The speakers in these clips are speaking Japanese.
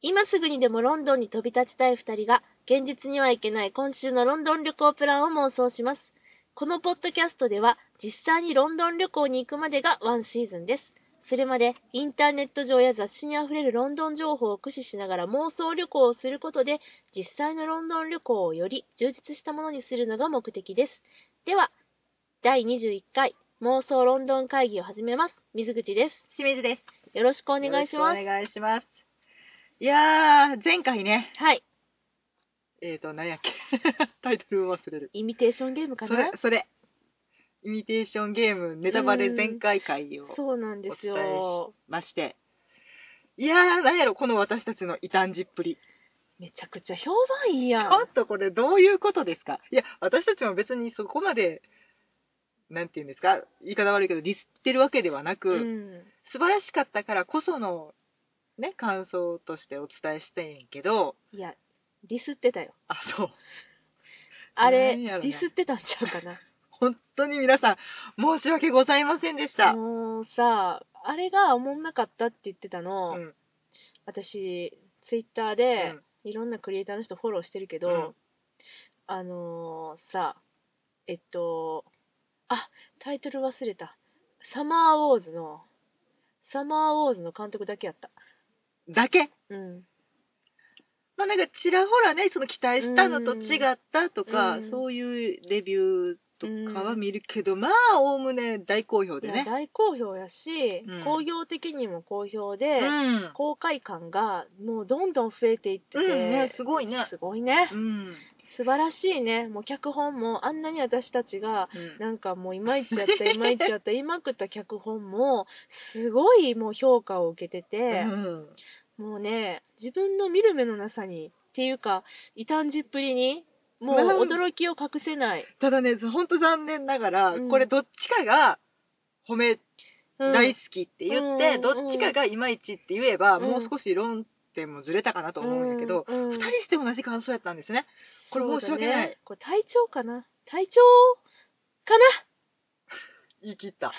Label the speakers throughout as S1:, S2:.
S1: 今すぐにでもロンドンに飛び立ちたい二人が、現実には行けない今週のロンドン旅行プランを妄想します。このポッドキャストでは、実際にロンドン旅行に行くまでがワンシーズンです。それまで、インターネット上や雑誌にあふれるロンドン情報を駆使しながら妄想旅行をすることで、実際のロンドン旅行をより充実したものにするのが目的です。では、第21回妄想ロンドン会議を始めます。水口です。
S2: 清水です。
S1: よろしくお願いします。
S2: よろくお願いします。いやー、前回ね、
S1: はい。
S2: えっ、と、何やっけ。 タイトルを忘れる。
S1: イミテーションゲームか
S2: それ
S1: な、
S2: それ。イミテーションゲーム、ネタバレ全開会を
S1: そうなんで
S2: お
S1: す
S2: 伝え
S1: よ。
S2: しまして。いやー、何やろ、この私たちの異端児っぷり。
S1: めちゃくちゃ評判いいや
S2: ち
S1: ん。
S2: ょっとこれどういうことですかいや、私たちも別にそこまで、なんて言うんですか言い方悪いけど、ディスってるわけではなく、
S1: うん。
S2: 素晴らしかったからこその、ね、感想としてお伝えしてんやけど、
S1: いや、ディスってたよ。
S2: あ、そう。
S1: あれ、
S2: なんやろ
S1: デ
S2: な
S1: ィスってたんちゃうか
S2: 本当に皆さん、申し訳ございませんでした。
S1: な。もうさ、あれがおもんなかったって言ってた
S2: う
S1: の、
S2: ん。
S1: 私、ツイッターで、いろんなクリエイターの人フォローしてるけど、
S2: うん
S1: あのーさ、えっと、あ、タイトル忘れた。サマーウォーズの、サマーウォーズの監督だけやった。
S2: だけ。
S1: うん。
S2: まあなんか、ちらほらね、その期待したのと違ったとか、
S1: うん
S2: そういうレビューとかは見るけど、まあ、おおむね大好評
S1: い
S2: で
S1: や
S2: ね。
S1: 大好評やし、
S2: うん
S1: 工業的にも好評
S2: う
S1: で、
S2: ん。
S1: 公開感がもうどんどん増えていってて、
S2: うんね、すごいね。
S1: すごいね
S2: う。ん。
S1: 素晴らしいね。もう脚本もあんなに私たちが、
S2: うん
S1: なんかもういまいちやっ た、いまいちやった、言いまくった脚本も、すごいもう評価を受けてて、
S2: うん
S1: もうね、自分の見る目のなさに、っていうか、異端児っぷりに、もう驚きを隠せない。
S2: ただね、本当残念ながら、
S1: うん
S2: これどっちかが褒め
S1: うん
S2: 大好きって言って、
S1: うん
S2: どっちかがいまいちって言えば、
S1: うん
S2: もう少し論点もずれたかなと思うんだけど、
S1: うんうん
S2: 二人して同じ感想やったんですね。これ申し訳
S1: そうだ
S2: ない。
S1: ねこれ体調かな体調か
S2: 言い 切った。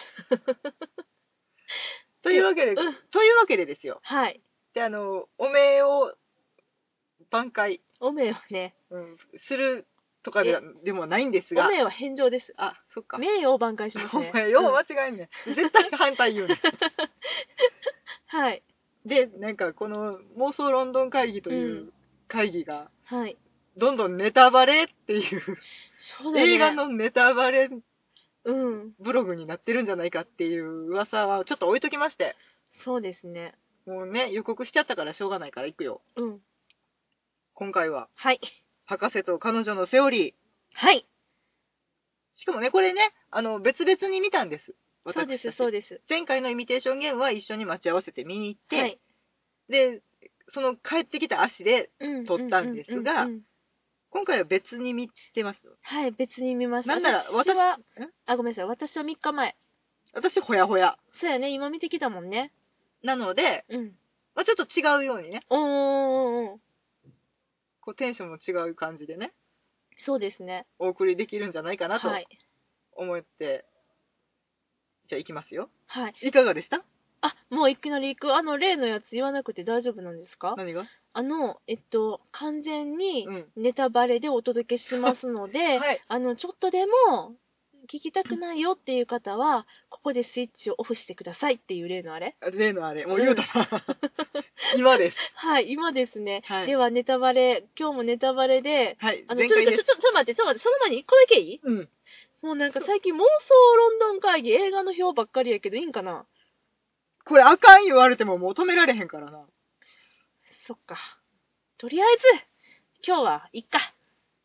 S2: というわけで、
S1: ん
S2: というわけでですよ。
S1: なはい。
S2: で、あの、おめを挽回、
S1: おめえはね、
S2: うんするとかではでもないんです
S1: お
S2: が、
S1: めえは返上です。
S2: あ、そっか。
S1: 名誉を挽回します
S2: お
S1: ね。
S2: 前よう
S1: うん
S2: 間違えんね、絶対反対言うね。
S1: はい。
S2: で、なんかこの妄想ロンドン会議というう会議が、
S1: はい。
S2: どんどんネタバレっていう、
S1: そうだね。
S2: 映画のネタバレ
S1: うん。
S2: ブログになってるんじゃないかっていう噂はちょっと置いときまして、
S1: そうですね。
S2: もうね、予告しちゃったからしょうがないから行くよ。
S1: うん。
S2: 今回は、
S1: はい。
S2: 博士と彼女のセオリー。
S1: はい。
S2: しかもね、これね、あの、別々に見たんです。
S1: そうです、そう
S2: です。
S1: です。
S2: 前回のイミテーションゲームは一緒に待ち合わせて見に行って、
S1: はい。
S2: で、その帰ってきた足で、
S1: うん
S2: 撮ったんですが
S1: うううんうん
S2: 今回は別に見てます。
S1: はい、別に見ました。
S2: なんなら
S1: 私は、
S2: ん
S1: あ、ごめんなさい、私は3日前。
S2: 私、ほやほや。
S1: そうやね、今見てきたもんね。
S2: なので、
S1: うん。
S2: まあ、ちょっと違うようにね、
S1: おーおーおー
S2: こうテンションも違う感じでね、
S1: そうですね。
S2: お送りできるんじゃないかなと
S1: はい。
S2: 思って、じゃあ行きますよ。
S1: はい。
S2: いかがでした
S1: あ、もういきなり行く。あの、例のやつ言わなくて大丈夫なんですか
S2: 何が
S1: あの、えっと、完全に
S2: うん。
S1: ネタバレでお届けしますので、
S2: はい。
S1: あの、ちょっとでも、聞きたくないよっていう方は、ここでスイッチをオフしてくださいっていう例のあれ
S2: 例のあれ、もう言うた な。今です。
S1: はい、今ですね。
S2: はい
S1: では、ネタバレ、今日もネタバレで、
S2: はい。
S1: あの、
S2: 前
S1: ちょっ
S2: 回
S1: と、
S2: で
S1: ちょ、
S2: す。
S1: ちょ、ちょっと待って、ちょっと待って、その前に一個だけいい
S2: うん。
S1: もうなんか最近妄想ロンドン会議、映画の表ばっかりやけど、いいんかな
S2: これあかん言われてももう止められへんからな。
S1: そっか。とりあえず、今日は、いっか。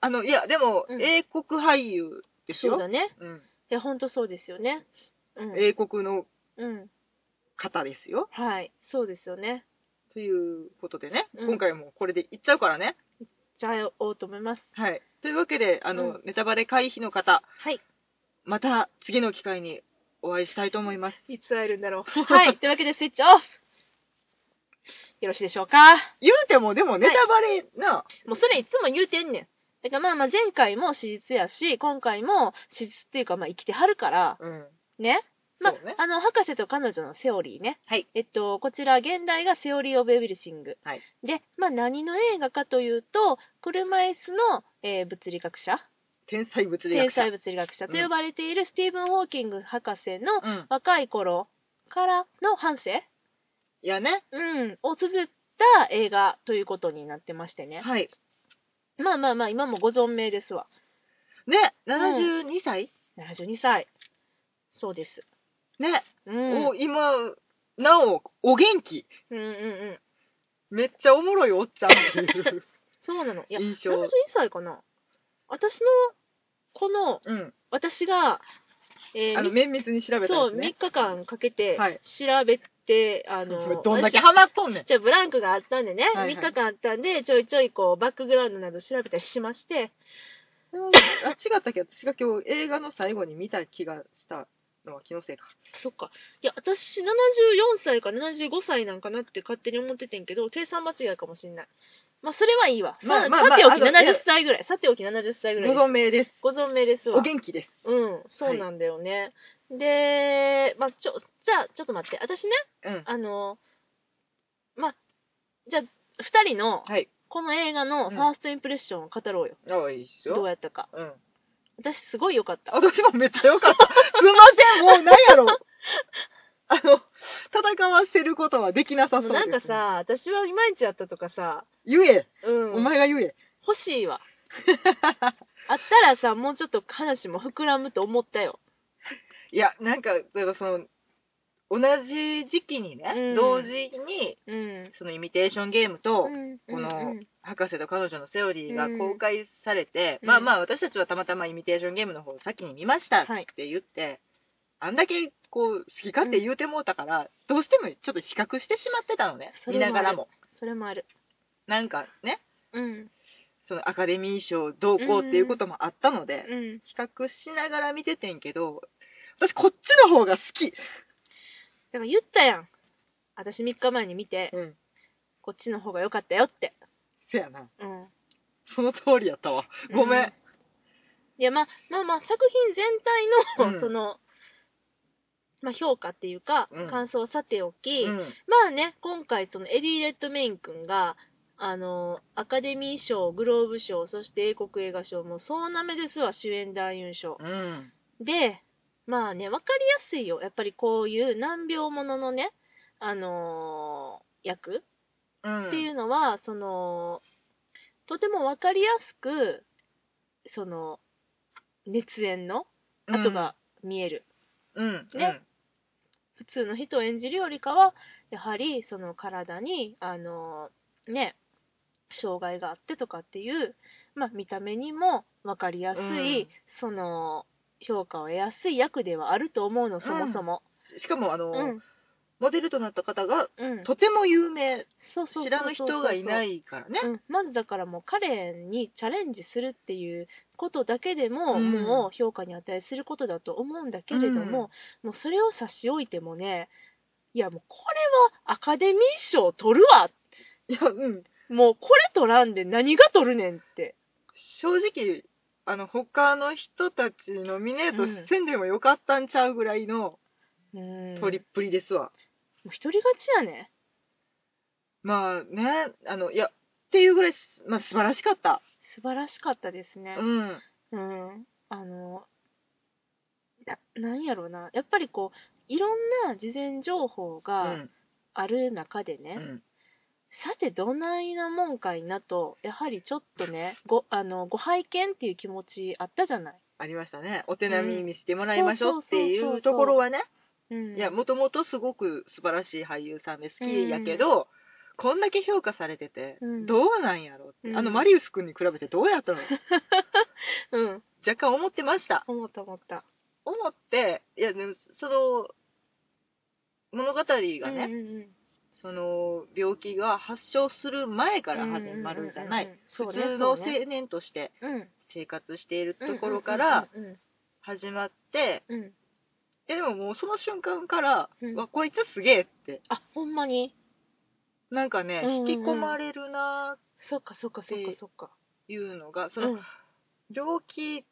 S2: あの、いや、でも、
S1: うん
S2: 英国俳優です
S1: そう
S2: よ。
S1: だね。
S2: うん。
S1: いや、ほんとそうですよね。うん。
S2: 英国の
S1: うん。
S2: 方ですよ。
S1: はい。そうですよね。
S2: ということでね、
S1: うん
S2: 今回もこれでいっちゃうからね。
S1: じゃあ、おうと思います。
S2: はい。というわけで、あの、
S1: う
S2: ネタバレ回避の方、
S1: はい。
S2: また次の機会にお会いしたいと思います。
S1: いつ会えるんだろう。はい。というわけで、スイッチオフよろしいでしょうか
S2: 言うても、でもネタバレな、
S1: もうそれいつも言うてんねん。だからまあまあ前回も史実やし、今回も史実っていうかまあ生きてはるから、
S2: うん。
S1: ね。まあ
S2: そうね
S1: あの博士と彼女のセオリーね、
S2: はい
S1: えっと、こちら現代がセオリー・オブ・エビリシング、
S2: はい
S1: で、まあ、何の映画かというと車椅子の、えー物理学者
S2: 天才物理
S1: 天
S2: 学者
S1: 才物理学者
S2: うん
S1: と呼ばれているスティーブン・ホーキング博士の
S2: うん
S1: 若い頃からの半生、
S2: いやね
S1: うん、を綴った映画ということになってましてね、
S2: はい
S1: まあまあまあ今もご存命ですわ
S2: ね72歳、
S1: 72歳そうです、
S2: ね、
S1: うん、
S2: お今なおお元気
S1: うんうんうん
S2: めっちゃおもろ いおっちゃんっていう
S1: そうなのいや
S2: 印象
S1: 72歳かな私のこの
S2: うん
S1: 私が、えー
S2: あの
S1: み
S2: 綿密に調べた
S1: そ
S2: や
S1: う
S2: つ
S1: 3
S2: ね
S1: 日間かけて
S2: はい
S1: 調べて、あの
S2: どんだけ
S1: 私
S2: ハマっとんねん
S1: じゃあブランクがあったんでね、
S2: はい
S1: 3
S2: はい
S1: 日間あったんでちょいちょいこうバックグラウンドなど調べたりしまして
S2: うんあ違ったっけ私が今日映画の最後に見た気がしたのは気のせいか
S1: そっかいや私74歳か75歳なんかなって勝手に思っててんけど計算間違いかもしんないまあそれはいいわ、
S2: まあ
S1: さ
S2: まあまあ
S1: さてお
S2: あ
S1: き
S2: のいや
S1: 70歳ぐらいさておき70歳ぐらいです
S2: ご存命です
S1: ご存命ですわ
S2: お元気です
S1: うん、そうなんだよね。で、まあ、ちょ、じゃあ、ちょっと待って。私ね、
S2: うん
S1: あの、まあ、じゃあ、二人の、
S2: はい
S1: この映画の
S2: うん
S1: ファーストインプレッションを語ろうよ。
S2: あいいっし
S1: どう
S2: ょ
S1: やったか。
S2: うん
S1: 私、すごい良かった。
S2: 私もめっちゃ良かった。 すいません、もうなんやろ。 あの、戦わせることはできなさそうで
S1: な
S2: す、
S1: んか、さ、私はいまいちやったとかさ、
S2: 言え、
S1: うん、
S2: お前が言え。
S1: 欲しいわ。あったらさ、もうちょっと話も膨らむと思ったよ。
S2: いや、なんか、だからその、同じ時期にね、
S1: うん
S2: 同時に、
S1: うん。
S2: そのイミテーションゲームと、
S1: うん
S2: この
S1: うん
S2: 博士と彼女のセオリーが
S1: うん
S2: 公開されて、
S1: うん
S2: まあまあ私たちはたまたまイミテーションゲームの方を先に見ましたって
S1: はい
S2: 言って、あんだけこう好き勝手言うてもうたから、どうしてもちょっと比較してしまってたのね
S1: それ
S2: 見
S1: もある
S2: ながらも
S1: それもある。
S2: なんかね
S1: うん。
S2: そのアカデミー賞どうこうっていうこともあったので、
S1: うん。
S2: 比較しながら見ててんけど私こっちの方が好き、
S1: でも言ったやん。私3日前に見て、
S2: うん、
S1: こっちの方が良かったよって。
S2: せやな
S1: うん。
S2: その通りやったわごめん、
S1: ういや、まあ、まあまあ、作品全体の、
S2: うん
S1: その、まあ、評価っていうか、
S2: うん
S1: 感想はさておき、
S2: うん
S1: まあね、今回、その、エディ・レッドメイン君が、あの、アカデミー賞、グローブ賞、そして英国映画賞も、総なめですわ、主演男優賞。
S2: うん
S1: で、まあね、わかりやすいよ。やっぱりこういう難病もののね、あのー役
S2: うん
S1: っていうのは、そのとても分かりやすくその熱演の跡が見える、
S2: うん
S1: ね普通の人を演じるよりかはやはりその体にあのね障害があってとかっていう、まあ、見た目にも分かりやすい、
S2: うん
S1: その評価を得やすい役ではあると思うのそもそも。
S2: しかもあの、
S1: うんうん
S2: モデルとなった方が
S1: うん
S2: とても有名
S1: そうそうそうそうそう
S2: 知らぬ人がいないからね
S1: うん、まずだからもう彼にチャレンジするっていうことだけでも、
S2: うん
S1: もう評価に値することだと思うんだけれども、もうそれを差し置いてもねいやもうこれはアカデミー賞取るわ
S2: いやうん
S1: もうこれ取らんで何が取るねんって
S2: 正直あの他の人たちノミネート
S1: うん
S2: せんでもよかったんちゃうぐらいの
S1: うん
S2: 取りっぷりですわ、
S1: もう一人勝ちやね
S2: まあねあのいやっていうぐらい、まあ、素晴らしかった
S1: 素晴らしかったですね
S2: うん
S1: うん、あのななんやろうなやっぱりこういろんな事前情報
S2: う
S1: が
S2: ん
S1: ある中でね、
S2: うん
S1: さてどないなもんかいなとやはりちょっとねごあのご拝見っていう気持ちあったじゃない、
S2: ありましたねお手並み見せてもらいましょうってい
S1: そうそうそうそう
S2: う
S1: そう
S2: ところはね
S1: うん、
S2: いやもともとすごく素晴らしい俳優さんで好きやけど、こんだけ評価されてて、
S1: うん
S2: どうなんやろって、
S1: うん
S2: あのマリウス君に比べてどうや ったの
S1: うん
S2: 若干思ってました
S1: 思った思った
S2: 思っていやでもその物語がね、
S1: うんうんうん
S2: その病気が発症する前から始まるじゃない、
S1: うんうんうんそうね
S2: 普通の
S1: そうね
S2: 青年として
S1: うん
S2: 生活しているところから
S1: うんうん
S2: 始まって、
S1: うんうん
S2: いやでももうその瞬間から、
S1: うん
S2: わこいつすげえって
S1: あほんまに
S2: なんかね、
S1: うんうんうん
S2: 引き込まれるなーっ
S1: そっかそっかそっかそっか
S2: いうのがその
S1: うん
S2: 病気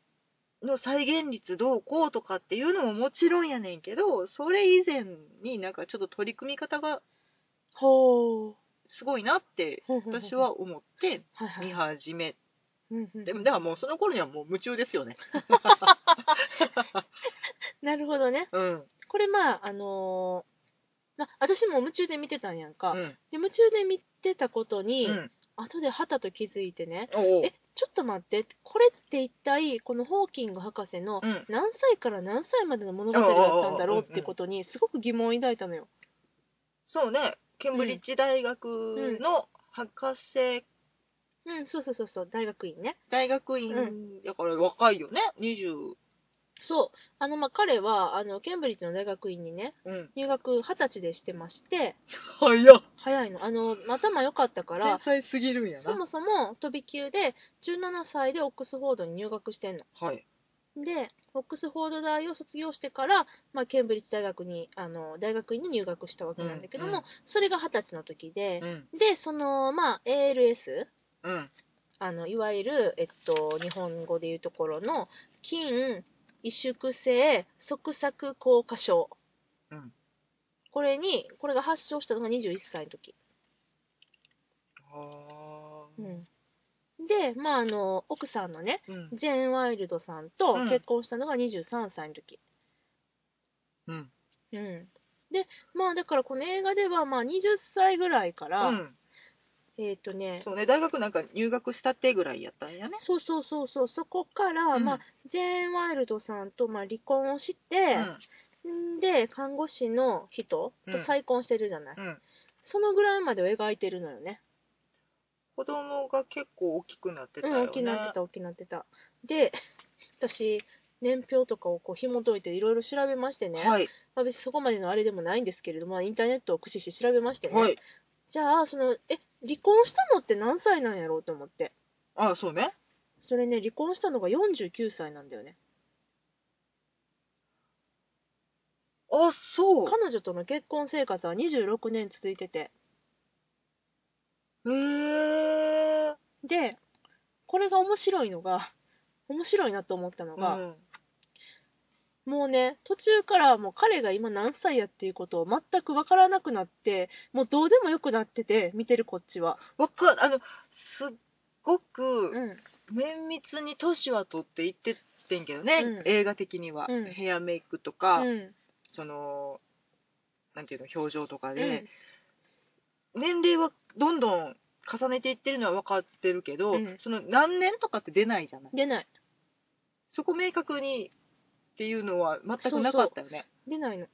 S2: の再現率どうこうとかっていうのももちろんやねんけどそれ以前になんかちょっと取り組み方が
S1: ほう。
S2: すごいなって私は思って
S1: はいは
S2: 見
S1: い。
S2: 始め
S1: うんうん
S2: でもだからもうその頃にはもう夢中ですよね。
S1: なるほどね。
S2: うん。
S1: これまあ、あのーまあ、私も夢中で見てたんやんか。
S2: うん。
S1: で夢中で見てたことに、
S2: うん
S1: 後ではたと気づいてね、
S2: おうおう
S1: え、ちょっと待って、これって一体、このホーキング博士の
S2: うん。
S1: 何歳から何歳までの物語だったんだろうってことに、すごく疑問を抱いたのよ。
S2: そうね。ケンブリッジ大学の博士
S1: うん、そうそうそうそう、大学院ね。
S2: 大学
S1: う
S2: 院だから若いよね。20。
S1: そう、あの、まあ、彼は、あの、ケンブリッジの大学院にね、
S2: うん。
S1: 入学二十歳でしてまして、
S2: 早っ。
S1: 早いの。あの、頭良かったから、
S2: 才すぎるんや
S1: そもそも飛び級で17歳でオックスフォードに入学してんの。
S2: はい。
S1: で、オックスフォード大を卒業してから、まあ、ケンブリッジ大学に、あの、大学院に入学したわけなんだけども、
S2: うんうん
S1: それが二十歳の時で
S2: う、ん。
S1: で、その、まあ、ALS、
S2: うん。
S1: あの、いわゆる、えっと、日本語でいうところの、筋萎縮性側索硬化症。
S2: うん
S1: これに、これが発症したのが21歳の時。
S2: あ
S1: う
S2: ー
S1: んで、まあ、あの、奥さんのね、
S2: うん。
S1: ジェーン・ワイルドさんと
S2: うん
S1: 結婚したのが23歳の時。
S2: うん。
S1: うん。で、まあ、だからこの映画では、まあ、20歳ぐらいから、
S2: うん。
S1: えっ、とね、
S2: そうね。大学なんか入学したってぐらいやったんやね。
S1: そうそうそうそう、そこから、
S2: うん
S1: まあ、ジェーン・ワイルドさんと、まあ、離婚をして、んで、看護師の人と再婚してるじゃない。
S2: うんうん
S1: そのぐらいまでを描いてるのよね。
S2: 子供が結構大きくなってた
S1: う
S2: よね。
S1: ん、大きなってた、大きなってた。で、私、年表とかをこう紐解いていろいろ調べましてね、
S2: はい。
S1: まあ、別にそこまでのあれでもないんですけれども、インターネットを駆使して調べましてね、
S2: はい。
S1: じゃあその、え、離婚したのって何歳なんやろうと思って、
S2: ああ、そうね。
S1: それね、離婚したのが49歳なんだよね。
S2: あ、そう。
S1: 彼女との結婚生活は26年続いてて、
S2: へえ。
S1: で、これが面白いのが、面白いなと思ったの
S2: う
S1: が、
S2: ん。
S1: もうね、途中からもう彼が今何歳やっていうことを全くわからなくなって、もうどうでもよくなってて、見てるこっちは。
S2: わかあの、すっご
S1: う
S2: く
S1: ん。
S2: 綿密に年は取っていってってんけどね、
S1: うん
S2: 映画的には、
S1: うん
S2: ヘアメイクとか、
S1: うん。
S2: その、なんていうの、表情とか
S1: う
S2: で
S1: ん、
S2: 年齢はどんどん重ねていってるのは分かってるけど、
S1: うん
S2: その何年とかって出ないじゃない。
S1: 出ない。
S2: そこ明確にっていうのは全くなかったよね。
S1: 出ないの。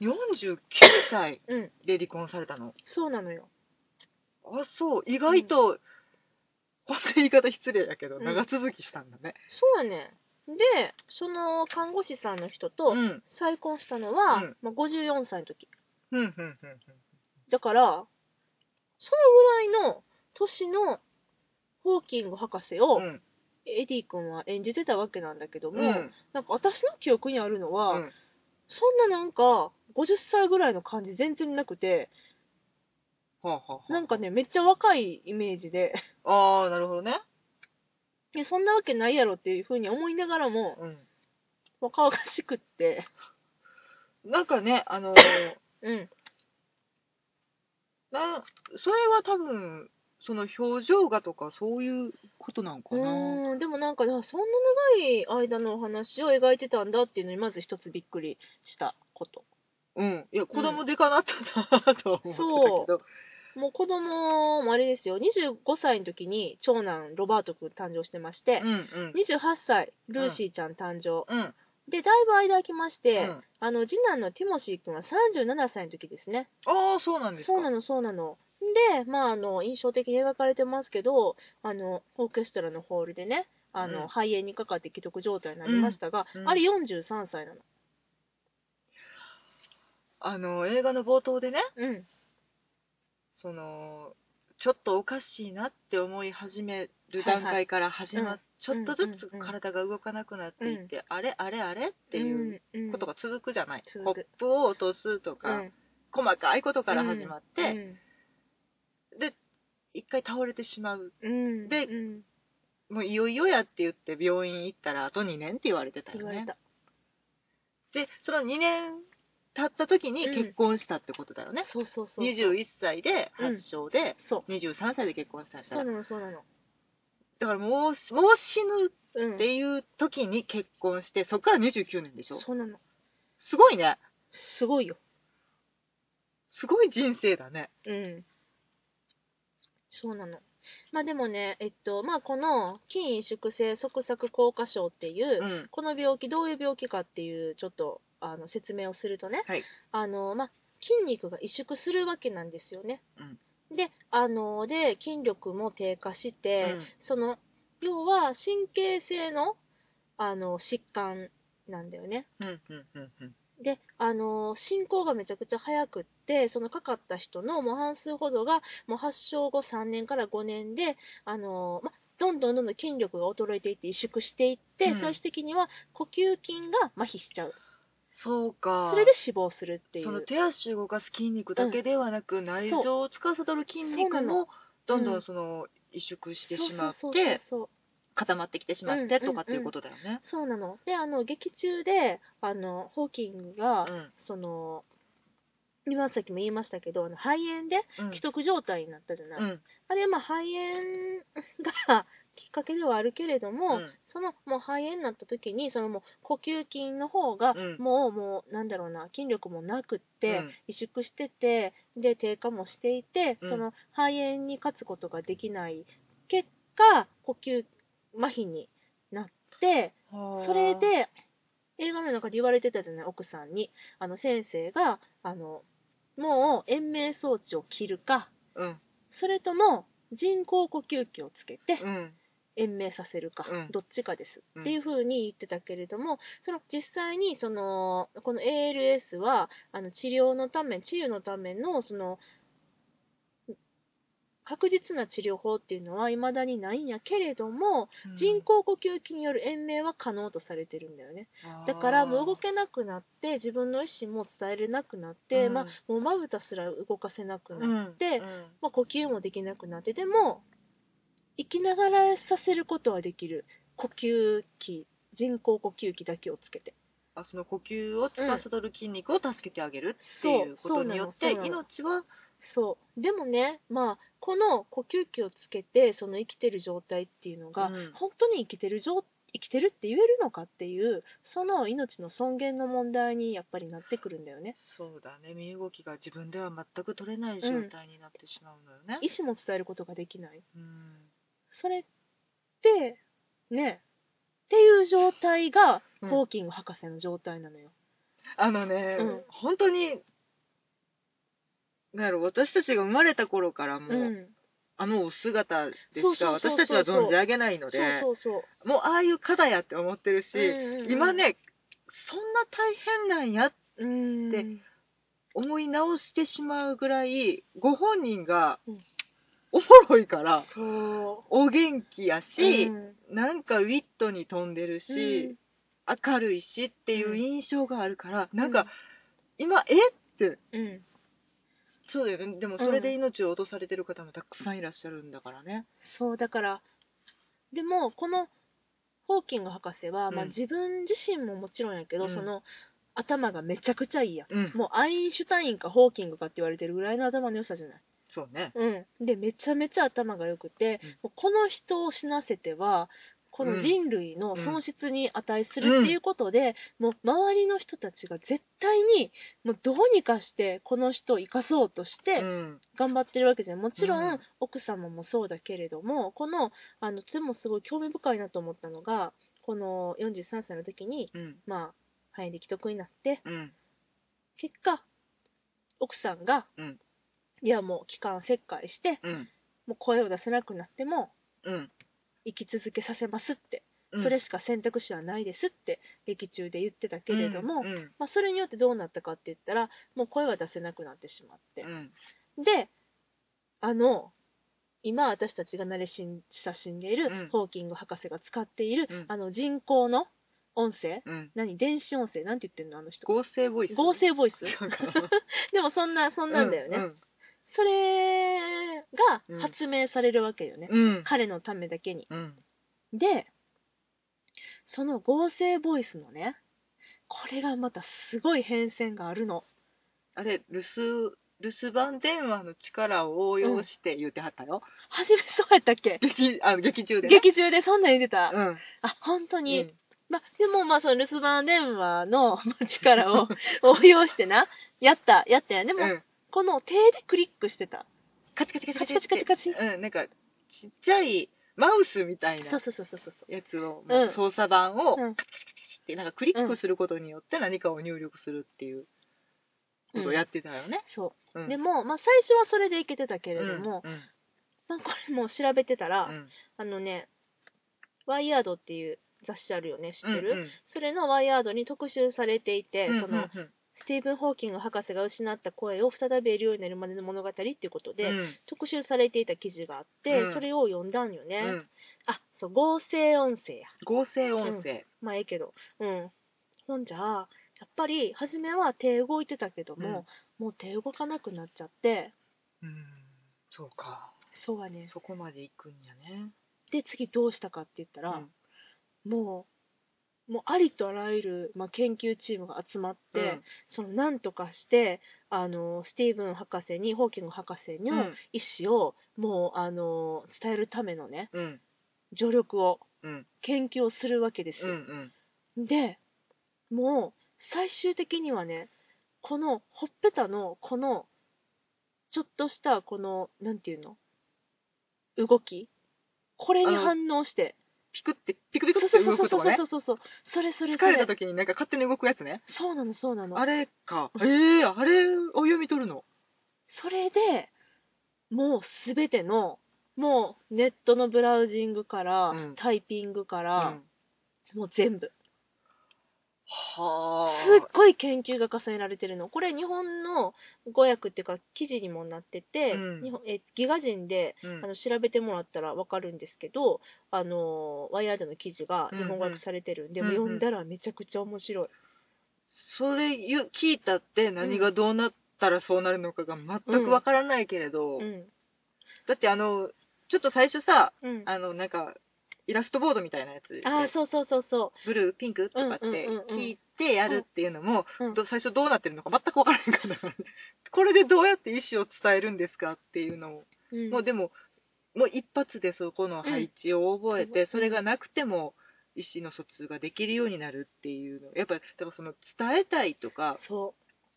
S2: 49歳
S1: うん。
S2: で離婚されたの。
S1: そうなのよ。
S2: あ、そう。意外と、こんな言い方失礼やけど、
S1: うん
S2: 長続きしたんだね。
S1: そうやね。で、その看護師さんの人と
S2: うん。
S1: 再婚したのは、
S2: うん
S1: まあ、54歳の時。
S2: うん、うん、うんうん。
S1: だから、そのぐらいの年のホーキング博士を、
S2: うん
S1: エディ君は演じてたわけなんだけども、
S2: うん
S1: なんか私の記憶にあるのは、
S2: うん
S1: そんななんか50歳ぐらいの感じ全然なくて、
S2: はあはあはあ
S1: なんかね、めっちゃ若いイメージで、
S2: ああなるほどね
S1: いやそんなわけないやろっていうふうに思いながらも、
S2: うん
S1: 若々しくって、
S2: なんかねあの
S1: うん、
S2: なんそれは多分その表情がとかそういうことなんか
S1: う
S2: な
S1: ーんでもなんか、あそんな長い間のお話を描いてたんだっていうのに、まず一つびっくりしたこと。
S2: うんいや子供でかなったなとは思ってたけど
S1: もう子供もあれですよ、25歳の時に長男、ロバート君誕生してまして
S2: う、んうん
S1: 28歳、ルーシーちゃん誕生。
S2: うん
S1: で、だいぶ間空きまして、
S2: うん
S1: あの、次男のティモシー君は37歳の時ですね。
S2: ああそうなんですか
S1: そうなの、そうなの。で、まあ、あの、印象的に描かれてますけど、あの、オーケストラのホールでね、あの、
S2: うん
S1: 肺炎にかかって既得状態になりましたが、
S2: うんうん
S1: あれ43歳なの。
S2: あの映画の冒頭でね
S1: うん。
S2: そのちょっとおかしいなって思い始める段階から始まっ、
S1: うん
S2: ちょっとずつ
S1: うんうんうん
S2: 体が動かなくなっていって、あれあれあれっていう
S1: うん
S2: ことが続くじゃない、
S1: 続
S2: コ
S1: く
S2: ップを落とすと
S1: う
S2: か、
S1: ん
S2: 細かいことから始まって、
S1: うん
S2: で一回倒れてしまう
S1: うん、
S2: で
S1: うん
S2: もういよいよやって言って病院行ったらあと2年って言われてた
S1: 言
S2: よ
S1: われ
S2: ね
S1: た。
S2: でその2年経った時に結婚したってことだよね、
S1: そうそうそう。
S2: 21歳で発症で、
S1: そう。
S2: 23歳で結婚したんだ
S1: そうなの、そうなの。
S2: だからもうしもう死ぬ
S1: うん
S2: っ。ていう時に結婚してそっから29年でしょ
S1: そうなの。
S2: すごいね
S1: すごいよ。
S2: すごい人生だね
S1: うん。そうなの。まあでもね、えっと、まあこの筋萎縮性側索硬化症っていう、
S2: うん
S1: この病気どういう病気かっていうちょっとあの説明をするとね、
S2: はい
S1: あのまあ、筋肉が萎縮するわけなんですよね。であので筋力も低下して、
S2: うん
S1: その要は神経性のあの疾患なんだよね。
S2: うんうんうんうん
S1: であの進行がめちゃくちゃ早くってそのかかった人のもう半数ほどがもう発症後3年から5年であの、ま、どんどんどんどん筋力が衰えていって萎縮していって、
S2: うん
S1: 最終的には呼吸筋が麻痺しちゃう
S2: そうか
S1: それで死亡するっていう
S2: その手足動かす筋肉だけではなく、内臓を司る筋
S1: そうな
S2: 肉
S1: の
S2: もどん
S1: う
S2: ど
S1: ん
S2: んその萎縮してしまっ
S1: そうそうそうそう
S2: て
S1: そう
S2: 固まってきてしまっ
S1: う
S2: て
S1: んうん
S2: とかっていうことだよね。
S1: そうなのであの劇中であのホーキングが、
S2: うん
S1: その今さっきも言いましたけどあの肺炎で
S2: うん
S1: 既得状態になったじゃない、
S2: うん
S1: あれはまあ肺炎がきっかけではあるけれども、
S2: うん
S1: そのもう肺炎になった時にそのもう呼吸筋の方が
S2: うん
S1: もう、もうなんだろうな筋力もなくって、
S2: うん
S1: 萎縮しててで低下もしていて、
S2: うん
S1: その肺炎に勝つことができない結果呼吸麻痺になって
S2: はあ
S1: それで映画の中で言われてたじゃない奥さんにあの先生があのもう延命装置を切るか
S2: うん
S1: それとも人工呼吸器をつけて
S2: うん
S1: 延命させるか、
S2: うん
S1: どっちかです、
S2: うん
S1: っていうふうに言ってたけれどもその実際にそのこの ALS はあの治療のため治癒のためのその確実な治療法っていうのは未だにないんやけれども、人工呼吸器による延命は可能とされてるんだよね。だからもう動けなくなって自分の意思も伝えれなくなって、
S2: うん
S1: まあもうまぶたすら動かせなくなって、
S2: て
S1: まあ、呼吸もできなくなってでも生きながらさせることはできる呼吸器人工呼吸器だけをつけて
S2: あその呼吸を司る筋肉を助けてあげるっていうこ
S1: そう
S2: とによって
S1: そうなのそうなの
S2: 命は
S1: そうでもねまあこの呼吸器をつけてその生きてる状態っていうのが、
S2: うん
S1: 本当に生きてる状生きてるって言えるのかっていうその命の尊厳の問題にやっぱりなってくるんだよね
S2: そうだね身動きが自分では全く取れない状態になってしまうのよね
S1: 意。思も伝えることができない
S2: うん
S1: それってねっていう状態が
S2: うん
S1: ホーキング博士の状態なのよ、
S2: あのね、
S1: うん
S2: 本当に、なんやろ、私たちが生まれた頃からもう、
S1: うん
S2: あのお姿でし
S1: そう
S2: か
S1: そうそうそう
S2: 私たちは存じ上げないので、
S1: そうそう
S2: もうああいう方やって思ってるし、
S1: そう。うんうん
S2: 今、ね、そんな大変なんやって
S1: うん、
S2: で思い直してしまうぐらい、ご本人が
S1: うん
S2: おもろいから、
S1: そ
S2: お元気や
S1: う。
S2: し
S1: う、ん
S2: なんかウィットに飛んでるし、明るいしっていう印象があるから、なんか、今、え
S1: うん、うん
S2: そうだよね。で
S1: う
S2: も
S1: ん
S2: それで命を落とされてる方もたくさんいらっしゃるんだからね。
S1: そう、だから、でも、このホーキング博士は、まあ、
S2: うん
S1: 自分自身ももちろんやけど、
S2: うん
S1: その頭がめちゃくちゃいいやん。
S2: うん。
S1: もうアインシュタインかホーキングかって言われてるぐらいの頭の良さじゃない。
S2: そうね。
S1: うん、でめちゃめちゃ頭が良くて、
S2: うん
S1: もうこの人を死なせてはこの人類の損失に値するっていうことで、もう周りの人たちが絶対にもうどうにかしてこの人を生かそうとし
S2: う
S1: て
S2: ん。
S1: 頑張ってるわけじゃないもちろん、
S2: うん
S1: 奥様もそうだけれどもこのあのとてもすごい興味深いなと思ったのがこの43歳の時に
S2: うん。
S1: まあ肺炎で既得になって
S2: うん。
S1: 結果奥さんが、
S2: うん
S1: いやもう気管切開して
S2: うん。
S1: もう声を出せなくなっても
S2: うん。
S1: 生き続けさせますって、
S2: うん
S1: それしか選択肢はないですって劇中で言ってたけれども、
S2: うん。うん
S1: まあ、それによってどうなったかって言ったらもう声は出せなくなってしまって、
S2: うん。
S1: であの今私たちが慣れ親しんでいる、
S2: うん
S1: ホーキング博士が使っている、
S2: うん
S1: あの人工の音声
S2: うん。
S1: 何電子音声なんて言ってんのあの人
S2: 合成ボイス。
S1: 合 成ボイス
S2: そうか。
S1: で もそんなそんなんだよね、
S2: うん。
S1: それが発明されるわけよね、
S2: うん。
S1: 彼のためだけに
S2: うん。
S1: で、その合成ボイスのね、これがまたすごい変遷があるの。
S2: あれ、留守、留守番電話の力を応用して言うてはったよ。
S1: はじめそうやったっけ
S2: 劇、あの、劇中でな。
S1: 劇中でそんなん言ってた。
S2: うん。
S1: あ、本当に。
S2: うん
S1: まあ、でもまあその留守番電話の まあ力を応用してな、やった、やったやん。でも、
S2: うん
S1: この手でクリックしてた。カチカチカチカチカチカチカチ。
S2: うん、なんか、ちっちゃいマウスみたい
S1: そう
S2: な
S1: そうそうそうそう。
S2: やつを、
S1: うん
S2: 操作盤を、
S1: うん
S2: カチカチカチって、なんかクリックすることによって何かを入力するっていうことをやってたよね。
S1: そうう。
S2: ん
S1: でも、まあ最初はそれでいけてたけれども、
S2: うん、
S1: まあこれも調べてたら、
S2: うん
S1: あのね、ワイヤードっていう雑誌あるよね、知ってる、
S2: うんうん
S1: それのワイヤードに特集されていて、
S2: うん
S1: その
S2: うん
S1: スティーブン・ホーキング博士が失った声を再び得るようになるまでの物語っていうことで、
S2: うん
S1: 特集されていた記事があって、
S2: うん
S1: それを読んだんよね、
S2: うん
S1: あそう合成音声や
S2: 合成音声、
S1: まあええけどうんほんじゃあやっぱり初めは手動いてたけども、もう手動かなくなっちゃって
S2: うんそうか、
S1: そうはね
S2: そこまで行くんやね
S1: で次どうしたかって言った
S2: う
S1: ら、
S2: ん
S1: もうもうありとあらゆる、まあ、研究チームが集まって、
S2: うん
S1: そのなんとかしてあのスティーブン博士にホーキング博士
S2: う
S1: の
S2: ん
S1: 意思を、もうあの伝えるためのね
S2: うん
S1: 助力を
S2: うん
S1: 研究をするわけです
S2: う
S1: よ、
S2: ん
S1: でもう最終的にはねこのほっぺたのこのちょっとしたこのなんていうの動きこれに
S2: あの
S1: 反応して
S2: ピクってピクピク
S1: そ
S2: っ
S1: うそ
S2: て
S1: うそう
S2: 動
S1: そ
S2: く
S1: う
S2: と
S1: そ
S2: こ
S1: う
S2: ね
S1: そうそうそれそれ
S2: 疲
S1: それ
S2: れた時になんか勝手に動くやつね
S1: そうなのそうなの
S2: あれか
S1: う
S2: ええあれを読み取るの
S1: それでもうすべてのもうネットのブラウジングから、
S2: うん
S1: タイピングか
S2: う
S1: ら
S2: ん、
S1: もう全部
S2: はあ
S1: すっごい研究が重ねられてるのこれ日本の語訳っていうか記事にもなってて、
S2: うん
S1: 日本えギガ人で
S2: うん
S1: あの調べてもらったらわかるんですけど、あのワイヤードの記事が日本語訳されてるんで、
S2: うんうん
S1: もう読んだらめちゃくちゃ面白い、
S2: それ言う聞いたって何がどうなったらそうなるのかが全くわからないけれど、
S1: うん
S2: だってあのちょっと最初さ
S1: うん、あ
S2: あのなんかイラストボードみたいなやつで
S1: あーそうそうそうそ
S2: ブルーピンクとかって
S1: うんうんうんうん
S2: 聞いてやるっていうのも、
S1: うん
S2: ど最初どうなってるのか全く分からへんからこれでどうやって意思を伝えるんですかっていうのを、
S1: う、うん
S2: もうでももう一発でそこの配置を覚えて、
S1: うん
S2: それがなくても意思の疎通ができるようになるっていうのやっぱだからその伝えたいとか
S1: そ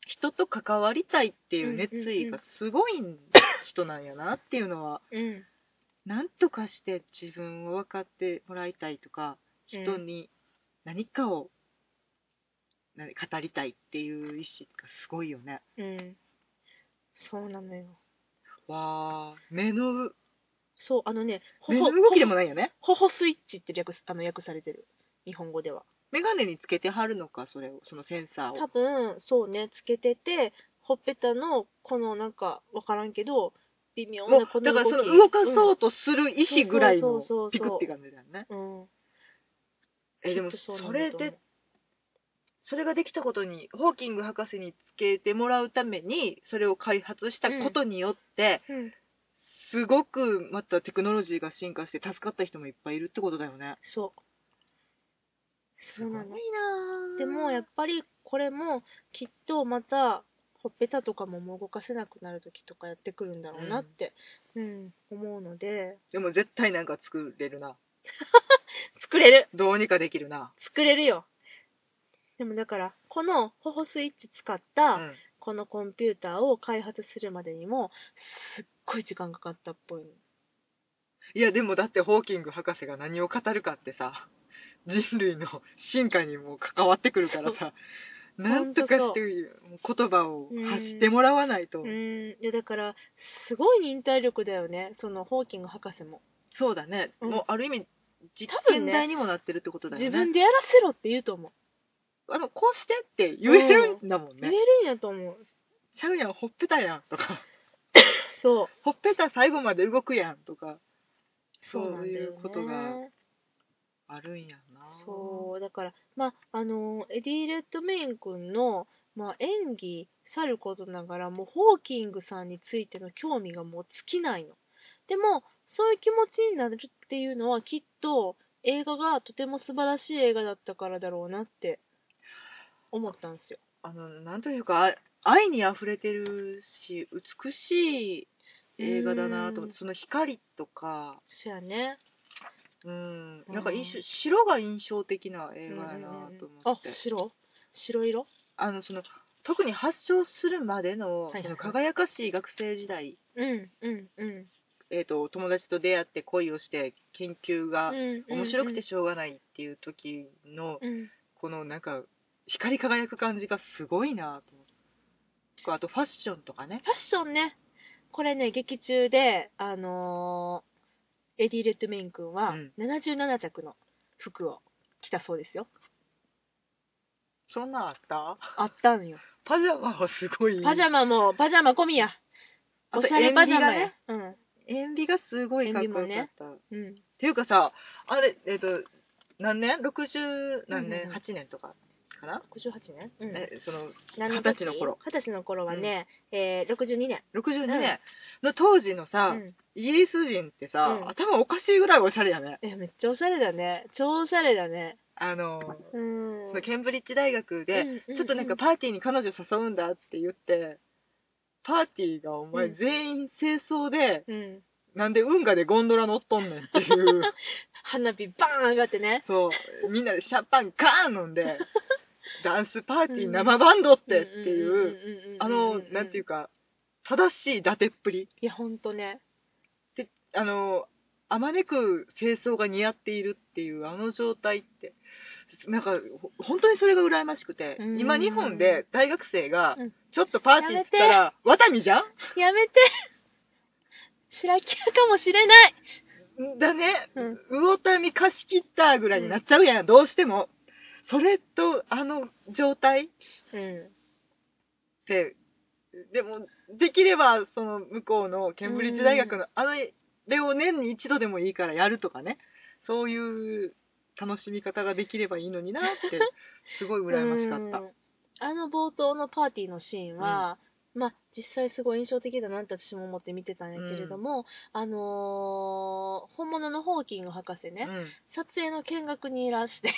S2: 人と関わりたいっていう熱
S1: う
S2: 意
S1: んうんうん
S2: がすごい人なんやなっていうのは
S1: う、うん、
S2: なんとかして自分を分かってもらいたいとか
S1: うん
S2: 人に何かをな語りたいっていう意志がすごいよね。
S1: うん。そうなのよ。
S2: わあ目の
S1: そう、あのね、ほ
S2: 目
S1: ほ
S2: の動きでもないよね。
S1: ほほスイッチって略すあの訳されてる。日本語では。
S2: メガネにつけてはるのかそれをそのセンサー
S1: 多
S2: を。
S1: 分、そうね、つけてて、ほっぺたの、このなんか、わからんけど、微妙
S2: も
S1: なこ
S2: う
S1: の
S2: だ
S1: 動
S2: から
S1: き。
S2: その動かそううとする意志ぐらい
S1: うん
S2: の
S1: そうそうそうそう
S2: ピクって感じだよね。
S1: ん。うん。
S2: えでも
S1: きっとうな
S2: そ
S1: んだと
S2: れ
S1: 思う
S2: でそれができたことにホーキング博士につけてもらうためにそれを開発したことによって、
S1: うん。
S2: すごくまたテクノロジーが進化して助かった人もいっぱいいるってことだよね。
S1: そう。そうなの。
S2: ぁ
S1: でも、やっぱり、これも、きっとまた、ほっぺたとかももう動かせなくなる時とかやってくるんだろうなって、うん、思うので、
S2: でも絶対なんか作れるな。
S1: 作れる
S2: どうにかできるな。
S1: 作れるよでもだからこのホホスイッチ使った、
S2: うん
S1: このコンピューターを開発するまでにもすっごい時間かかったっぽいの
S2: いやでもだってホーキング博士が何を語るかってさ、人類の進化にも関わってくるからさ、なんとか
S1: ほん
S2: し
S1: と
S2: て言葉を発してもらわないと
S1: う。ーんいやだからすごい忍耐力だよねそのホーキング博士も、
S2: そうだね。
S1: うん
S2: もうある意味、実
S1: 多分
S2: 験
S1: ね
S2: 台にもなってるってことだよね。
S1: 自分でやらせろって言うと思
S2: あの、こうしてって言えるんだもん
S1: う、
S2: ね。
S1: 言えるんやと思う
S2: ちゃうやん、ほっぺたやんとか。
S1: そう
S2: ほっぺた最後まで動くやんとか
S1: そうなんだよ、ね、
S2: そういうことがあるんやな
S1: そうだからまああのエディ・レッドメイン君の、まあ、演技さることながらもうホーキングさんについての興味がもう尽きないのでもそういう気持ちになるっていうのはきっと映画がとても素晴らしい映画だったからだろうなって思ったんですよ。
S2: あのなんというかあ愛にあふれてるし美しい映画だなと思ってその光とか
S1: そやね。
S2: うん
S1: うん
S2: なんか印象白が印象的な映画やなと思
S1: あ
S2: って、
S1: 白白色
S2: あのその特に発症するまでの,、
S1: はいはいはい
S2: その輝かしい学生時代、
S1: うんうんうん。
S2: えー、と友達と出会って恋をして研究が
S1: うん
S2: 面白くてしょうがないっていう時の、
S1: うん
S2: このなんか光り輝く感じがすごいなと思ってとかあとファッションとかね
S1: ファッションね、これね、劇中で、あのーエディ・レッドメイン君は
S2: うん
S1: 77着の服を着たそうですよ。
S2: そんなんあった
S1: あったんよ。
S2: パジャマはすごい
S1: パジャマも、パジャマ込みや。
S2: あ
S1: お
S2: と
S1: しゃれパジャマ
S2: 演
S1: や。うん。
S2: 演技がすごいかっこよかった、
S1: 演うん。
S2: っていうかさあれえっ、と何年 ?60 何
S1: うん
S2: 年、
S1: うんうん
S2: ?8 年とかかな、
S1: 58年うん。
S2: えその
S1: 何
S2: 二十歳の頃
S1: 二十歳の頃はね、えー、62年。
S2: 62年の当時の
S1: う
S2: さ、
S1: ん。
S2: イギリス人ってさ、
S1: うん
S2: 頭おかしいぐらいおしゃれやね
S1: え、めっちゃおしゃれだね。超おしゃれだね。
S2: あの
S1: うん。
S2: そのケンブリッジ大学で、
S1: うん
S2: ちょっとなんか
S1: う
S2: パーティーに彼女誘うんだって言ってパーティーがお前
S1: うん
S2: 全員清掃で、
S1: うん。
S2: なんで運河でゴンドラ乗っとんねんっていう
S1: 花火バーン上がってね。
S2: そうみんなでシャンパンガーン飲ん でダンスパーティー生バンドってっていう。
S1: い
S2: あの、なんていう
S1: か。
S2: か、正しい伊達っぷり。
S1: いや、ほんとね。
S2: あの、あまねく清掃が似合っているっていうあの状態って、なんか、ほ本当にそれが羨ましくて
S1: う、ん
S2: 今日本で大学生が
S1: うん、
S2: ちょっとパーティーっつったら、ワタミじゃん
S1: やめて白木屋かもしれない
S2: だね、
S1: うん
S2: 魚民貸し切ったぐらいになっちゃうやん、どうしても。それと、あの状態っ
S1: うん。
S2: て、でも、できれば、その、向こうの、ケンブリッジ大学の、あの、れを年に一度でもいいからやるとかね、そういう楽しみ方ができればいいのになって、すごい羨ましかった。
S1: た。あの冒頭のパーティーのシーンは、まあ実際すごい印象的だなって私も思って見てたんやけれども、あのー本物のホーキング博士ね、撮影の見学にいらして、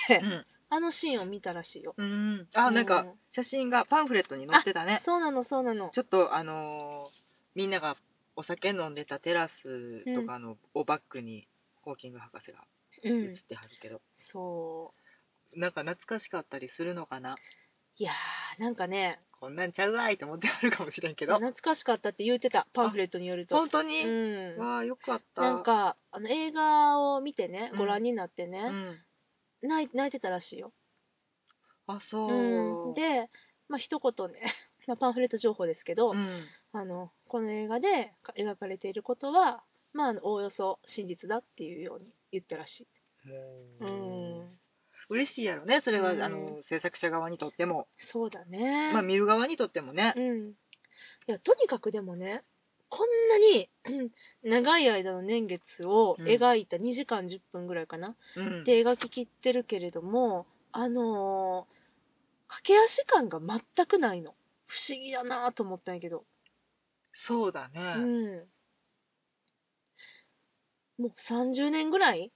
S1: あのシーンを見たらしいよ。
S2: うん。うん。あ、なん
S1: う
S2: か、写真がパンフレットに載ってたね。
S1: そうなの、そうなの。
S2: ちょっと、あのーみんながお酒飲んでたテラスとかの、をバックに、ホーキング博士が
S1: う
S2: 写
S1: ん
S2: っ。てはるけど、
S1: そう。
S2: なんか懐かしかったりするのかな。
S1: いやー、なんかね、
S2: こんなんちゃうわいと思ってはるかもしれんけど。
S1: 懐かしかったって言ってた、パンフレットによると。
S2: 本当
S1: う
S2: に、
S1: ん。
S2: わあ、よかった。
S1: なん、かあの映画を見てね
S2: うん
S1: ご覧になって
S2: う
S1: ね、
S2: ん。
S1: 泣い泣いてたらしいよ、
S2: あ、そう。
S1: うん、で、まあ一言ね、 まあ、パンフレット情報ですけど、
S2: うん、
S1: あのこの映画でか描かれていることはまああのおおよそ真実だっていうように言ったらしい、うん
S2: 嬉しいやろねそれは、
S1: うん
S2: あの制作者側にとっても、
S1: そうだね、
S2: まあ、見る側にとってもね
S1: う、ん、いやとにかくでもねこんなにうん長い間の年月を描いた2時間10分ぐらいかな、
S2: うん
S1: で描ききってるけれどもあのー駆け足感が全くないの不思議だなと思ったんやけど、
S2: そうだ
S1: う
S2: ね、
S1: ん、もう30年ぐらい、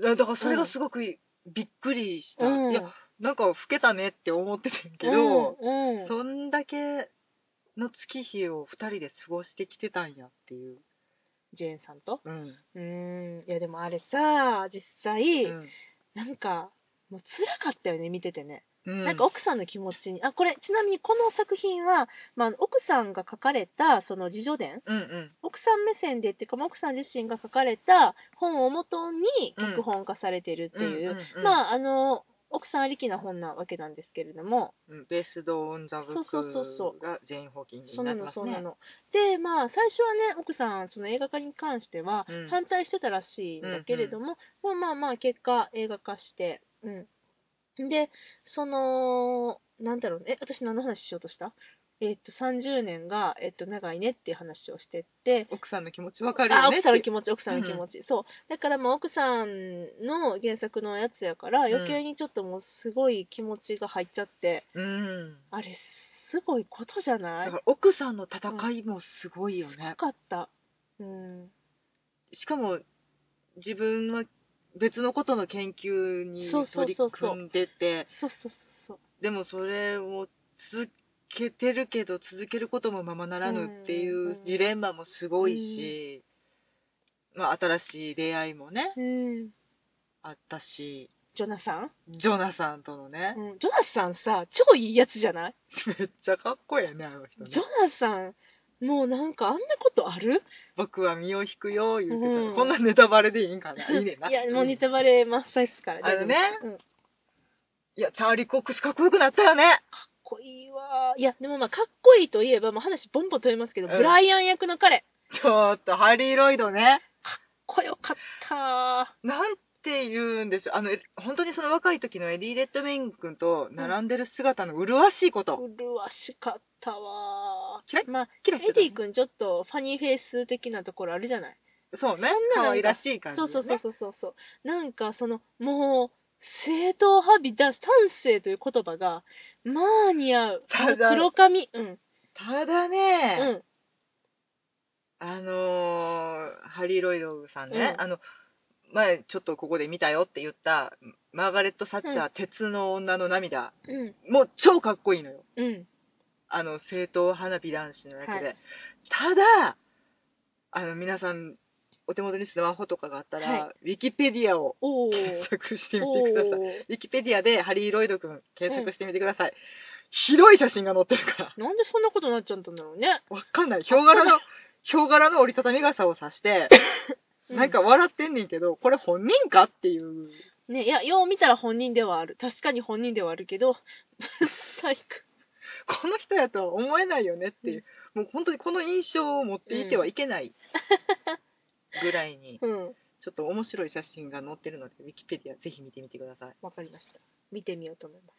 S2: だだからそれがすごくいびっくりした、
S1: うん、
S2: いやなんか老けたねって思ってたんやけど、
S1: うんうん
S2: そんだけの月日を2人で過ごしてきてたんやっていう、
S1: ジェーンさんと
S2: うん
S1: うんいやでもあれさ実際、
S2: うん
S1: なんかもう辛かったよね見ててね、
S2: うん
S1: なんか奥さんの気持ちにあこれちなみにこの作品は、まああの、奥さんが書かれたその自叙伝
S2: うんうん
S1: 奥さん目線でっていうか、まあ奥さん自身が書かれた本をもとに
S2: うん
S1: 脚本化されてるっていう、
S2: んんん
S1: まああの奥さんありきな本なわけなんですけれども、
S2: うんベースド・オン・ザ・ブ
S1: そ
S2: ッ
S1: うそうそうそ
S2: クがジェイン・ホーキング
S1: そ
S2: に
S1: うな
S2: なって
S1: の
S2: ます
S1: そうな
S2: ね
S1: の。でまあ最初はね奥さんその映画化に関しては
S2: うん
S1: 反対してたらしいんだけれども、まあまあまあ結果映画化して、うん、でそのなんだろうねえ私何の話しようとしたえっと30年が、えっと、長いねっていう話をしてって、
S2: 奥さんの気持ちわかる
S1: あ
S2: よね
S1: 奥
S2: っ
S1: さんの
S2: て
S1: 気持ち奥さんの気持ち、そうだからまあ奥さんの原作のやつやから
S2: ん
S1: 余計にちょっともうすごい気持ちが入っちゃって、
S2: うん
S1: あれすごいことじゃない
S2: だから奥さんの戦いもすごいよね、
S1: よかったうん
S2: しかも自分は別のことの研究に
S1: そうそう
S2: 取り
S1: そうそう
S2: 組んでて
S1: そうそうそう
S2: でもそれを続けてるけど続けることもままならぬって
S1: うんうん
S2: いうジレンマもすごいし、まあ、新しい出会いもね
S1: そううん
S2: あったし
S1: ジョナサン、
S2: ジョナサンとのね、
S1: うん、ジョナサンさ超いいやつじゃない
S2: めっちゃかっこいいねあの人ね
S1: ジョナサンもうなんかあんなことある
S2: 僕は身を引くよ言ってた、
S1: うん
S2: こんなネタバレでいいんかないいねんない
S1: やもうネタバレ真っ最初から
S2: あのね
S1: 大丈夫うん、かっ
S2: いやチャーリー・コックスかっこよくなったよね
S1: こいいわいやでもまあかっこいいといえば、まあ、話ボンボン飛びますけど、
S2: うん
S1: ブライアン役の彼かっ
S2: ちょっとハリー・ロイドね
S1: こよかった
S2: なんて言うんでしょうあのえ本当にその若い時のエディ・レッドメイン君と並んでる姿の麗しいこと、
S1: 麗しかったわ
S2: キラッ
S1: まあ
S2: キラして
S1: エ
S2: たね
S1: ディ君ちょっとファニーフェイス的なところあるじゃない
S2: そ
S1: そ
S2: うね
S1: んななんか
S2: 可愛らしい感じ、
S1: そう
S2: ね、
S1: そうそうそうそうそうなんかそのもう正統派美男子端性という言葉がまあ似合う
S2: ただ
S1: 黒髪うん
S2: ただ
S1: う
S2: ね、
S1: ん
S2: あのーハリー・ロイドさんね、
S1: うん
S2: あの前ちょっとここで見たよって言ったマーガレット・サッチャー、鉄の女の涙
S1: うん
S2: もう超かっこいいのよ
S1: うん
S2: あの正統花火男子の役で、
S1: は
S2: ただあの皆さんお手元にスマホとかがあったら、
S1: は
S2: ウィキペディアを
S1: おお
S2: 検索してみ
S1: お
S2: てください
S1: ー
S2: ウィキペディアでハリー・ロイド君検索してみてください、広い写真が載ってるから
S1: なんでそんなことになっちゃったんだろうね、
S2: わかんないヒョウ柄のヒョウ柄の折りたたみ傘をさして、
S1: う
S2: なんか笑ってんねんけどこれ本人かっていう
S1: ねいやよう見たら本人ではある確かに本人ではあるけど 最悪
S2: この人やとは思えないよねっていう、もう本当にこの印象を持っていてはいけないぐらいに、
S1: うん
S2: ちょっと面白い写真が載ってるので、ウィキペディアぜひ見てみてください。
S1: わかりました。見てみようと思います。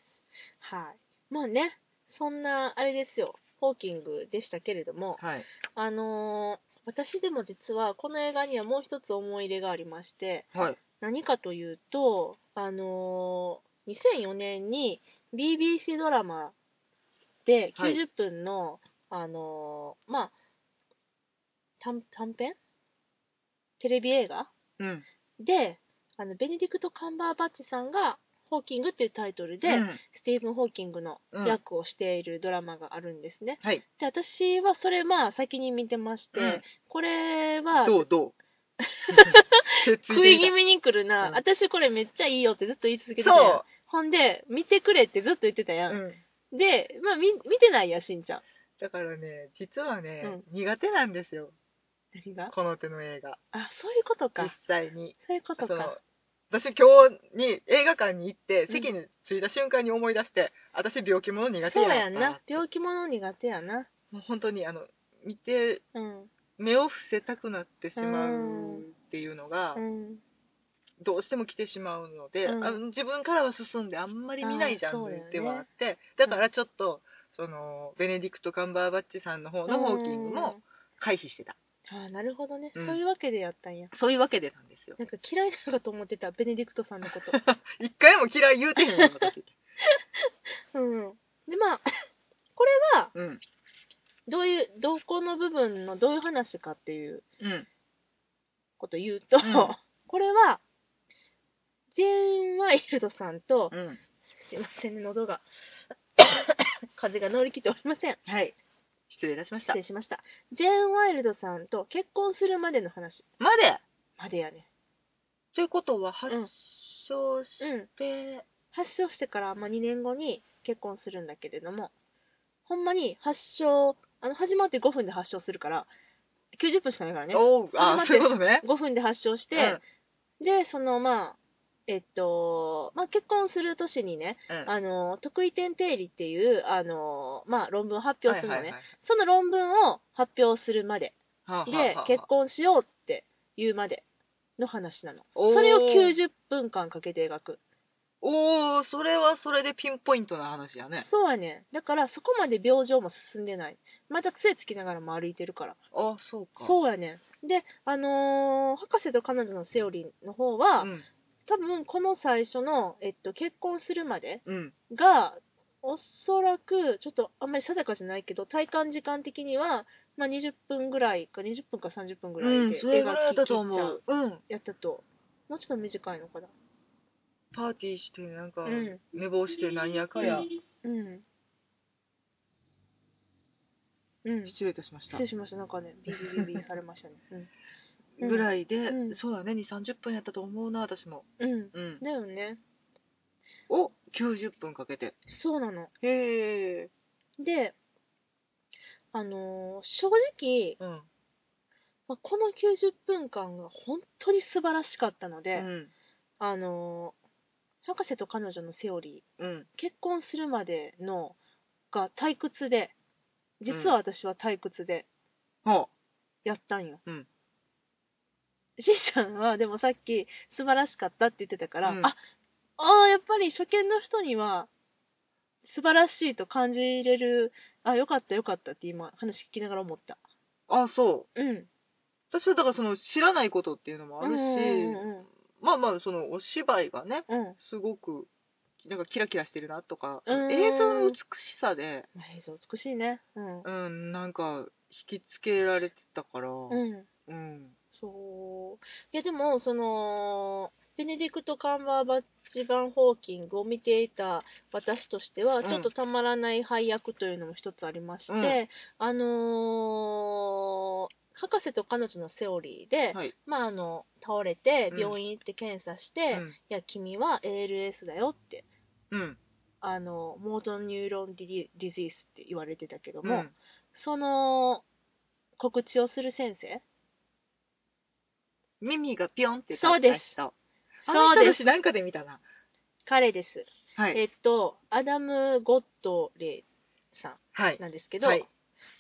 S1: はい。まあね、そんな、あれですよ、ホーキングでしたけれども、
S2: はい。
S1: あのー私でも実はこの映画にはもう一つ思い入れがありまして、
S2: はい。
S1: 何かというと、あのー2004年に BBC ドラマで
S2: はい
S1: 90分の、あのーまあ、短短編テレビ映画
S2: うん。
S1: であのベネディクト・カンバーバッチさんが「ホーキング」っていうタイトルで、
S2: うん
S1: スティーブン・ホーキングの
S2: うん
S1: 役をしているドラマがあるんですね、
S2: はい。
S1: で私はそれまあ先に見てまして、
S2: うん
S1: これは
S2: どうどう
S1: 食い 気味に来るな、
S2: うん
S1: 私これめっちゃいいよってずっと言い続けてたやん
S2: そ
S1: ほんで見てくれってずっと言ってたや、
S2: う、うんん。
S1: で、まあ、み見てないやんしんちゃん
S2: だからね、実はね、
S1: うん
S2: 苦手なんですよ。
S1: 何が
S2: この手の映画。
S1: あそういうこと
S2: 実
S1: か
S2: 際に。
S1: そういうこと
S2: その
S1: か
S2: 私今日に映画館に行って
S1: うん
S2: 席に着いた瞬間に思い出して、私病気者苦手
S1: そう
S2: や
S1: や
S2: ん
S1: んな病気者苦手やな
S2: もう本当にあの見て
S1: うん
S2: 目を伏せたくなってしまうっていうのが、
S1: うん
S2: どうしても来てしまうので、
S1: うん
S2: あの自分からは進んであんまり見ないジャンルではあってだ,、
S1: ね
S2: からちょっとそのベネディクト・カンバーバッチさんの方のホーキングも回避してた、
S1: ああなるほどね、
S2: うん
S1: そういうわけでやったんや
S2: そういうわけでなんですよ
S1: なんか嫌いなのかと思ってたベネディクトさんのこと
S2: 一回も嫌い言うてへんわ 私
S1: うんでまあこれは
S2: うん
S1: どういうどこの部分のどういう話かっていう
S2: うん
S1: ことを言うと、
S2: ん
S1: これはジェーン・ワイルドさんと、
S2: うん
S1: すいませんね喉 が風が治りきっておりません
S2: はい失礼いたしました
S1: 失礼しましたジェーン・ワイルドさんと結婚するまでの話
S2: まで
S1: までやね
S2: ということは発症して、
S1: 発症してから、まあ、2年後に結婚するんだけれどもほんまに発症あの始まって5分で発症するから90分しかないからね
S2: おうあ
S1: 待っ
S2: あ
S1: て
S2: そういうことね
S1: 5分で発症して、でそのまあえっと、まあ、結婚する年にね、
S2: うんうん
S1: あの、得意点定理っていう、あの、まあ、論文を発表するのね、
S2: はいはい
S1: その論文を発表するまで、
S2: はいはあは
S1: で
S2: あは、あ
S1: 結婚しようっていうまでの話なの。
S2: おー
S1: それを90分間かけて描く。
S2: おおそれはそれでピンポイントな話やね
S1: そうやね。だからそこまで病状も進んでない。また杖つきながらも歩いてるから。
S2: あそうかう
S1: そうやね。で、あのー博士と彼女のセオリーの方は、
S2: ん
S1: 多分この最初の、えっと、結婚するまで
S2: うん
S1: が、おそらく、ちょっとあんまり定かじゃないけど、体感時間的には、まあ、20分ぐらいか、20分か30分ぐらいで、
S2: それぐらいだ
S1: 描き切っ
S2: ったと
S1: ちゃ
S2: 思
S1: う
S2: う。うん。
S1: やったともうちょっと短いのかな
S2: パーティーしてなんか
S1: うん
S2: 寝坊して何やかや、
S1: うんうん
S2: 失礼いたしました
S1: 失礼しましたなんかねビビビビされましたねうん
S2: ぐらいで、
S1: うん
S2: そうだね2 3 0分やったと思うな私も、
S1: うん、うん、
S2: うん、
S1: だよね
S2: を90分かけて
S1: そうなの
S2: へえ
S1: であのー正直、
S2: うん
S1: まあ、この90分間が本当に素晴らしかったの
S2: う
S1: で、
S2: ん
S1: あのー博士と彼女のセオリー
S2: うん
S1: 結婚するまでのが退屈で実は私は退屈で
S2: ほ
S1: やったんよ、
S2: うん
S1: しーちゃんはでもさっき素晴らしかったって言ってたから、
S2: うん
S1: ああーやっぱり初見の人には素晴らしいと感じれるあよかったよかったって今話聞きながら思った
S2: うあそう
S1: うん
S2: 私はだからその知らないことっていうのもあるし、
S1: うんうん
S2: まあまあそのお芝居がね
S1: うんうん
S2: すごくなんかキラキラしてるなとか、
S1: うん
S2: 映像の美しさで、
S1: まあ映像美しいねうん
S2: うん、なんか引きつけられてたから、うん
S1: うんそう。いや、でも、その、ベネディクト・カンバーバッチ版ホーキングを見ていた私としては、
S2: うん
S1: ちょっとたまらない配役というのも一つありまして、
S2: うん
S1: あのー博士と彼女のセオリーで、
S2: はい、
S1: まあ、あの、倒れて
S2: うん
S1: 病院行って検査し
S2: う
S1: て、い
S2: ん
S1: や、君は ALS だよって、
S2: うん
S1: あの、モートニューロンディディディースって言われてたけど
S2: う
S1: も、
S2: ん
S1: その、告知をする先生
S2: 耳がピョンって立っ
S1: そ
S2: た人
S1: うです
S2: そう
S1: そう
S2: で
S1: です
S2: すなんかで見たな
S1: 彼です。
S2: はい
S1: えっと、アダム・ゴットレイさ
S2: はい
S1: んなんですけど、
S2: はい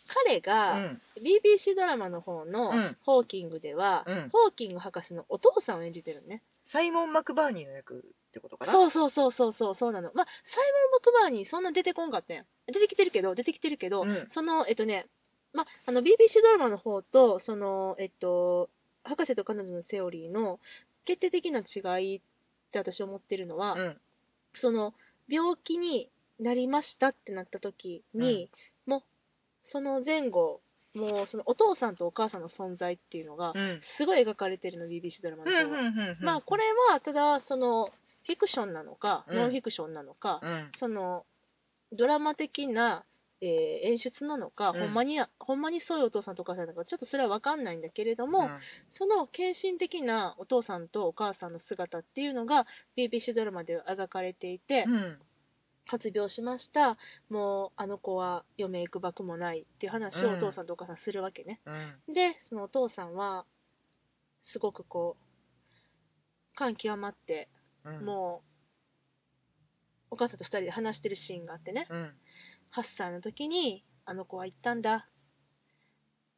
S1: 彼
S2: う
S1: が
S2: ん
S1: BBC ドラマの方の
S2: うん
S1: ホーキングでは、
S2: うん
S1: ホーキング博士のお父さんを演じてるのね。
S2: サイモン・マクバーニーの役ってことかなう
S1: そうそうそうそうそうそうなの。まあ、サイモン・マクバーにそんな出てこんかったやん。出てきてるけど、出てきてるけど、
S2: ん
S1: その、えっとね、まあ、あの BBC ドラマの方と、その、えっと、博士と彼女のセオリーの決定的な違いって私思ってるのは、
S2: うん
S1: その病気になりましたってなった時に、もうその前後もうそのお父さんとお母さんの存在っていうのが
S2: うん
S1: すごい描かれてるの BBC ドラマ
S2: う
S1: の
S2: ん
S1: 方は、
S2: うんうんうん
S1: まあこれはただそのフィクションなのか、
S2: うん
S1: ノンフィクションなのか、
S2: うん
S1: そのドラマ的な、えー演出なのか、
S2: うん
S1: ほんまにほんまにそういうお父さんとお母さんなのかちょっとそれは分かんないんだけれども、
S2: うん
S1: その献身的なお父さんとお母さんの姿っていうのが BBC ドラマで描かれていて、
S2: うん
S1: 発病しましたもうあの子は嫁行くばくもないっていう話を
S2: う
S1: お
S2: ん
S1: 父さんとお母さんするわけね、
S2: うん
S1: でそのお父さんはすごくこう感極まって、
S2: うん
S1: もうお母さんと2人で話してるシーンがあってね
S2: うん
S1: 8歳の時にあの子は言ったんだ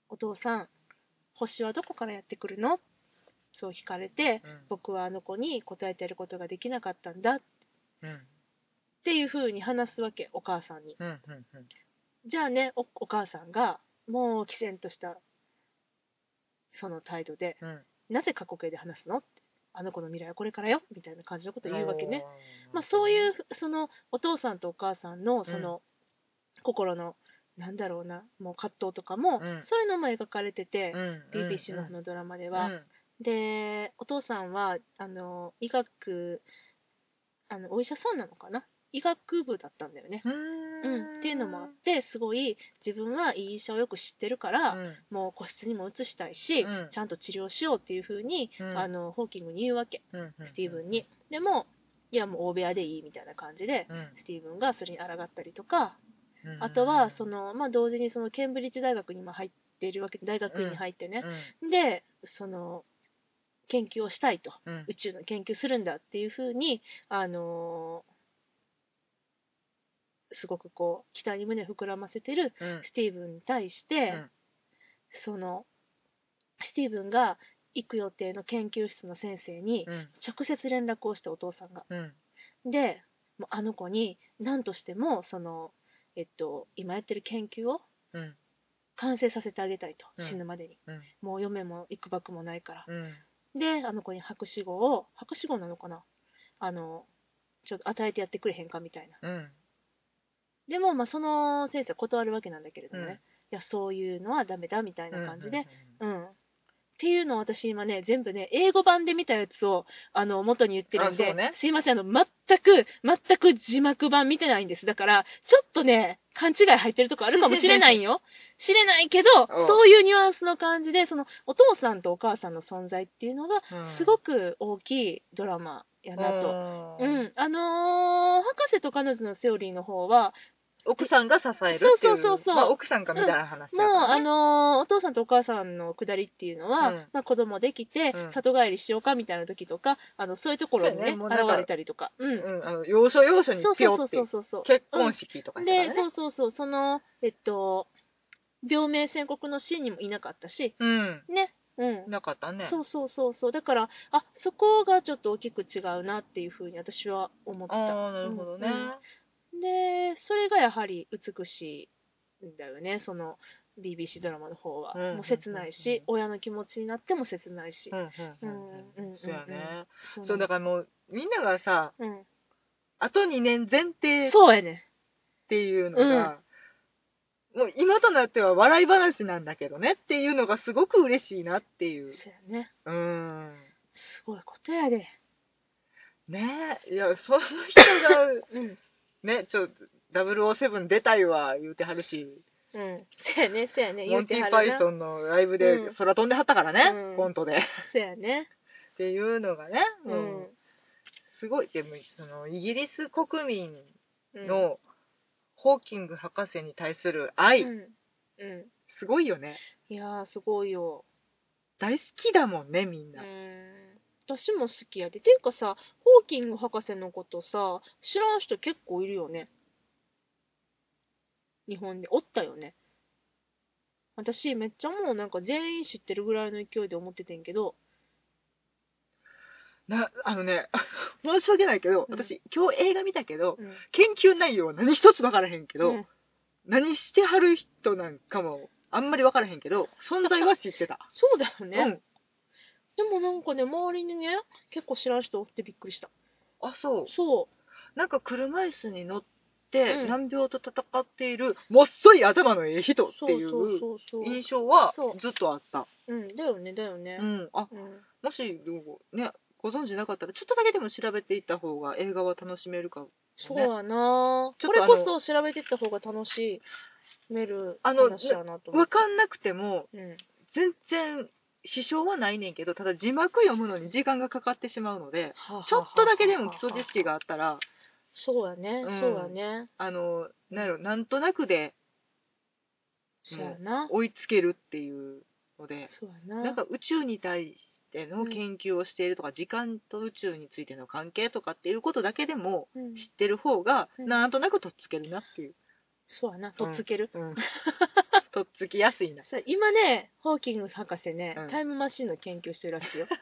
S1: お父さん星はどこからやってくるのそう聞かれて
S2: うん
S1: 僕はあの子に答えてやることができなかったんだっ
S2: うん
S1: ていう風に話すわけお母さんに
S2: うんうんうん
S1: じゃあねおお母さんがもう毅然としたその態度で
S2: うん
S1: なぜ過去形で話すのってあの子の未来はこれからよみたいな感じのことを言うわけね、まあ、そういうそのお父さんとお母さんのその、心のなんだろうなもう葛藤とかも、
S2: うん
S1: そういうのも描かれてて、
S2: うん
S1: BBC のこのドラマで
S2: で
S1: は、でお父さんはあの医学あのお医者さんなのかな医学部だったんだよね
S2: うん
S1: うん、っていうのもあってすごい自分はいい医者をよく知ってるから、
S2: うん
S1: もう個室にも移したいし、
S2: うん
S1: ちゃんと治療しようっていう風に、
S2: うん
S1: あのホーキングに言うわけ
S2: うんうん
S1: スティーブンに、でもいやもう大部屋でいいみたいな感じで、
S2: うん
S1: スティーブンがそれに抗ったりとか、
S2: うん
S1: あとはその、まあ、同時にそのケンブリッジ大学にも入ってるわけで大学院に入ってね、でその研究をしたいと
S2: うんうん
S1: 宇宙の研究するんだっていう風にあのーすごくこう期待に胸を膨らませてる
S2: うん
S1: スティーブンに対して、
S2: うん
S1: そのスティーブンが行く予定の研究室の先生に
S2: うん
S1: 直接連絡をしてお父さんが。
S2: うん
S1: でもうあの子に何としてもその、えっと、今やってる研究を
S2: うん
S1: 完成させてあげたいと、
S2: うん
S1: 死ぬまでに
S2: うん
S1: もう嫁も行くばくもないから、
S2: うん
S1: で、あの子に博士号を、博士号なのかなあの、ちょっと与えてやってくれへんかみたいな。
S2: うん
S1: でも、まあ、その先生は断るわけなんだけれどもね、いや、そういうのはダメだみたいな感じで、うん、っていうのを私今ね、全部ね、英語版で見たやつを、あの、元に言ってるん
S2: あそ
S1: で、
S2: うね
S1: すいません、あの、全く、全く字幕版見てないんです。だから、ちょっとね、勘違い入ってるとこあるかもしれないんよ。知れないけど
S2: う、ん
S1: そういうニュアンスの感じで、その、お父さんとお母さんの存在っていうのが、す
S2: い
S1: ごく大きいドラマやなと。うん、あのー博士と彼女のセオリーの方は、
S2: 奥さんが支えるっていう
S1: そうそうそうそう
S2: まあ、奥さんがみたいな話だ
S1: もう、
S2: から
S1: あ
S2: ね
S1: のーお父さんとお母さんのくだりっていうのは、
S2: うん
S1: まあ、子供できて、
S2: うん
S1: 里帰りしようかみたいな時とか、あのそういうところに
S2: そうや
S1: ね
S2: ねもう
S1: 現
S2: なんか
S1: れたりとか、うん
S2: うん、あの要所要所に
S1: そう
S2: ピ
S1: そ
S2: ョ
S1: うそ
S2: っ
S1: う
S2: て
S1: そうそうそう
S2: 結婚式とか
S1: うん
S2: にしたら
S1: で
S2: ね
S1: そうそうそうそのえっと病名宣告のシーンにもいなかったし
S2: うん
S1: ねうん
S2: なかったね
S1: そうそうそうそうだからあそこがちょっと大きく違うなっていうふうに私は思った
S2: ああなるほどね、
S1: うんうんでそれがやはり美しいんだよねその BBC ドラマの方は、
S2: うんうんうん
S1: もう切ないし、親の気持ちになっても切ないし、
S2: うんうん
S1: う
S2: うんん
S1: うんうん
S2: そうやね、
S1: そう
S2: そうだ
S1: か
S2: からもうみんながさ
S1: ら、
S2: あと2年前
S1: う
S2: 提
S1: ん、
S2: っ
S1: そうやね
S2: ていうのが、もう今となっては笑い話なんだけどねっていうのがすごく嬉しいなっていう
S1: そうやね
S2: うん
S1: すごいことやで、
S2: ねえいやその人が
S1: うん
S2: ね ちょ007出たいわ言うてはるし
S1: うん、そうやねそうやね
S2: モ
S1: 言
S2: ン
S1: う
S2: テ
S1: ては
S2: ィ・
S1: るな
S2: パイソンのライブで
S1: うん
S2: 空飛んではったからね、
S1: うん
S2: コントでっ
S1: そうやね
S2: ていうのがね、
S1: う
S2: うん
S1: ん、
S2: すごいでもそのイギリス国民
S1: うん、
S2: のホーキング博士に対する愛、
S1: うん、うん、
S2: すごいよね
S1: いやーすごいよ
S2: 大好きだもんねみんな、
S1: うん私も好きやでていうかさホーキング博士のことさ知らん人結構いるよね日本でおったよね私めっちゃもうなんか全員知ってるぐらいの勢いで思っててんけど
S2: なあのね 申し訳ないけど
S1: うん
S2: 私、今日映画見たけど
S1: うん
S2: 研究内容は何一つ分からへんけど、
S1: うん
S2: 何してはる人なんかもあんまり分からへんけど存在は知ってた
S1: そうだ よね、
S2: うん
S1: でもなんかね周りにね結構知らん人おってびっくりした
S2: あそう
S1: そ
S2: なんか車椅子に乗っ
S1: う
S2: て
S1: ん
S2: 難病と戦っているもっそい頭のええ人
S1: う
S2: っ
S1: そ
S2: て
S1: うそ
S2: い
S1: う
S2: う
S1: そうそう
S2: 印象は
S1: そう
S2: ずっとあった
S1: うんだよねだよ
S2: う
S1: ね
S2: んあ
S1: うん
S2: もしねご存知なかったらちょっとだけでも調べていった方が映画は楽しめるかも
S1: そうやな、
S2: ちょ
S1: こ
S2: っと
S1: れ
S2: あの
S1: こそ調べていった方が楽しいメる
S2: あの
S1: 話やなと思っ
S2: 分
S1: て
S2: かんなくても
S1: うん、
S2: 全然支障はないねんけどただ字幕読むのに時間がかかってしまうのでちょっとだけでも基礎知識があったら
S1: そうやね、
S2: うん
S1: そうやね
S2: あのなんやろなんとなくで
S1: そうやな、
S2: 追いつけるっていうので
S1: そうやな
S2: なんか宇宙に対しての研究をしているとか、時間と宇宙についての関係とかっていうことだけでも
S1: うん
S2: 知ってる方が
S1: うん
S2: なんとなくとっつけるなっていう、
S1: そうやなとっつける、
S2: とっつきやすいな
S1: そう今ねホーキング博士ね、
S2: うん
S1: タイムマシンの研究してるらしいよ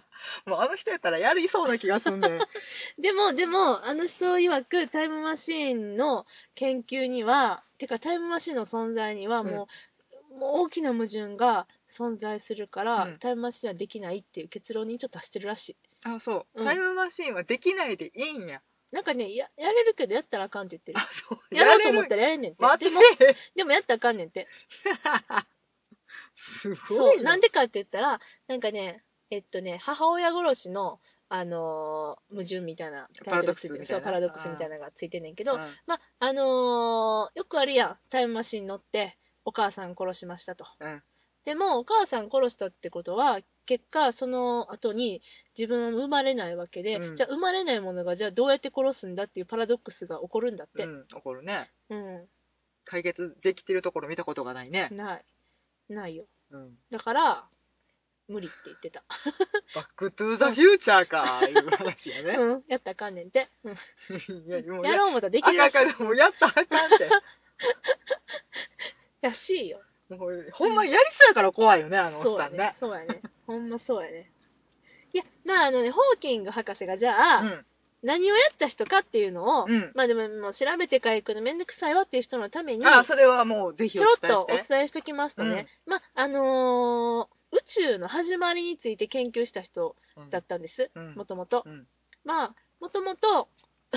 S2: もうあの人やったらやりそうな気がすんね
S1: でもでもあの人曰くタイムマシンの研究にはてかタイムマシンの存在にはもう,、もう大きな矛盾が存在するから、
S2: うん
S1: タイムマシンはできないっていう結論にちょっと達してるらしい
S2: あそう、
S1: うん
S2: タイムマシンはできないでいいんや
S1: なんかねややれるけどやったらあかんって言ってる
S2: あそう
S1: やろうと思った
S2: ら
S1: らやれんねんて
S2: 待
S1: で
S2: て
S1: もでもやったらあかんねんって
S2: すご
S1: そ、
S2: いう
S1: なんでかって言ったら、なんかね、えっとね、母親殺しの、あのー矛盾みたいなタイトルついてる、
S2: パラドック
S1: そうパラドックス
S2: スみたいな
S1: みたいなのがついてんねんけど、
S2: うん
S1: まあ、あのーよくあるやん、タイムマシンに乗って、お母さん殺しましたと。
S2: うん
S1: でも、お母さん殺したってことは、結果、その後に自分は生まれないわけで、
S2: うん
S1: じゃあ生まれないものが、じゃあどうやって殺すんだっていうパラドックスが起こるんだって。
S2: うん怒るね
S1: うん。
S2: 解決できてるところ見たことがないね、
S1: ない。ないよ。
S2: うん、
S1: だから、無理って言ってた。
S2: バックトゥーザフューチャーかいう話やね。
S1: うん。やったらあかんねんて。うん
S2: いや、もう
S1: や
S2: や、
S1: ろうもたらでき
S2: あ
S1: る
S2: からん
S1: し
S2: からもうやったらあかんって。
S1: いらしいよ。
S2: もうほんまやりそうやから怖いよね、あの
S1: そ
S2: お
S1: う
S2: っさ
S1: や
S2: んね
S1: ね。。そうやね。ほんまそうやね。いや、まああのね、ホーキング博士がじゃあ、
S2: うん。
S1: 何をやった人かっていうのを、
S2: うん
S1: まあでももう調べてから行くのめんどくさいわっていう人のために、ち
S2: あ、
S1: ょ
S2: それはもうぜひお
S1: ろっ
S2: 伝え
S1: と
S2: し
S1: お
S2: て。
S1: 伝えしときますとね、まああのー宇宙の始まりについて研究した人だったんです、
S2: うん
S1: もともと
S2: うん。
S1: まあ、もともと、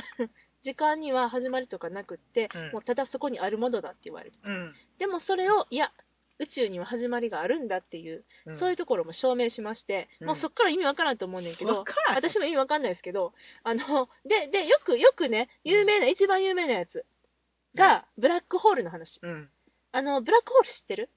S1: 時間には始まりとかなくって、
S2: うん
S1: もうただそこにあるものだって言われて
S2: うん。
S1: でもそれを、いや、宇宙には始まりがあるんだっていう、
S2: うん
S1: そういうところも証明しまして、
S2: うん
S1: もうそっから意味わからんと思うねんけど
S2: わからん
S1: 私も意味わかんないですけどあのででよくよくね有名な一番有名なやつが、ブラックホールの話
S2: うん、
S1: あのブラックホール知ってる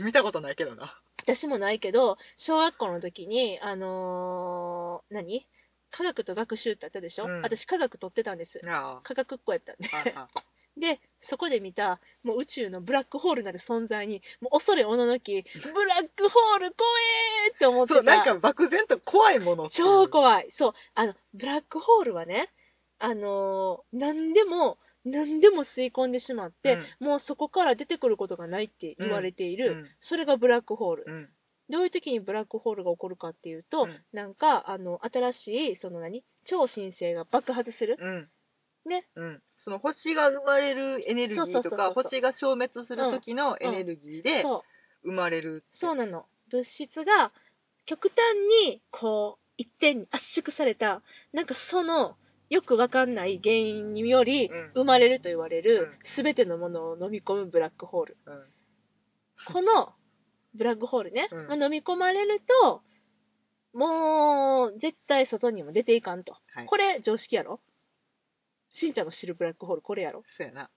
S2: 見たことないけどな。
S1: 私もないけど小学校の時にあのー何科学と学習ってあったでしょ、
S2: うん
S1: 私科学取ってたんです
S2: な
S1: 科学っ子やったんで
S2: あ、はいは
S1: でそこで見たもう宇宙のブラックホールなる存在にもう恐れおののきブラックホール怖えーって思っ
S2: い
S1: て
S2: そう、
S1: た
S2: なんか漠然と怖いものっていう
S1: 超怖いそうあのブラックホールはねあのー何でも何でも吸い込んでしまって、もうそこから出てくることがないって言われてい
S2: うん
S1: る、それがブラックホール、
S2: うんうん
S1: どういう時にブラックホールが起こるかっていうと、
S2: うん
S1: なんかあの新しいその何超新星が爆発する、
S2: うん
S1: ね
S2: うん、その星が生まれるエネルギー
S1: そうそう
S2: とか
S1: そうそう
S2: 星が消滅する時のエネルギーで
S1: そう
S2: 生まれるって
S1: そうなの物質が極端にこう一点に圧縮されたなんかそのよくわかんない原因により
S2: うん
S1: 生まれると言われ
S2: う
S1: る
S2: ん
S1: 全てのものを飲み込むブラックホール
S2: うん
S1: このブラックホールね、
S2: うん
S1: まあ飲み込まれるともう絶対外にも出ていかんと、
S2: はい
S1: これ常識やろしんちゃんの知るブラックホールこれやろ
S2: そうやな、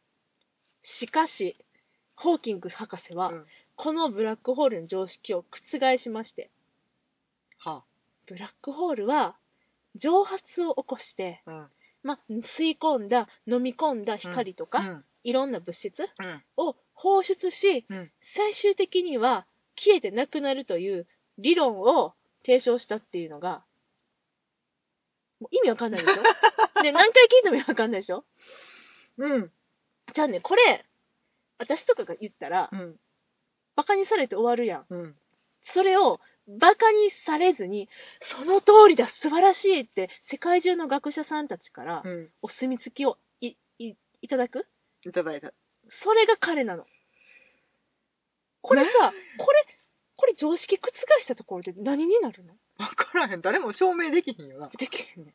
S1: しかしホーキングス博士は、
S2: うんは
S1: このブラックホールの常識を覆しまして
S2: あ
S1: ブラックホールは蒸発を起こして、
S2: うん
S1: ま、吸い込んだ飲み込んだ光とか、
S2: うん
S1: いろんな物質
S2: うん
S1: を放出し、
S2: うん
S1: 最終的には消えてなくなるという理論を提唱したっていうのがもう意味わかんないで しょね何回聞いても意味わかんないでしょ
S2: うん
S1: じゃあねこれ私とかが言ったら
S2: うん
S1: バカにされて終わるやん
S2: うん
S1: それをバカにされずに、その通りだ、素晴らしいって、世界中の学者さんたちから
S2: うん
S1: お墨付きをいいいただく
S2: いただいた
S1: それが彼なの。これさ、これ、これ常識覆したところで何になるの
S2: 分からへん誰も証明できひんよな
S1: できへんねん。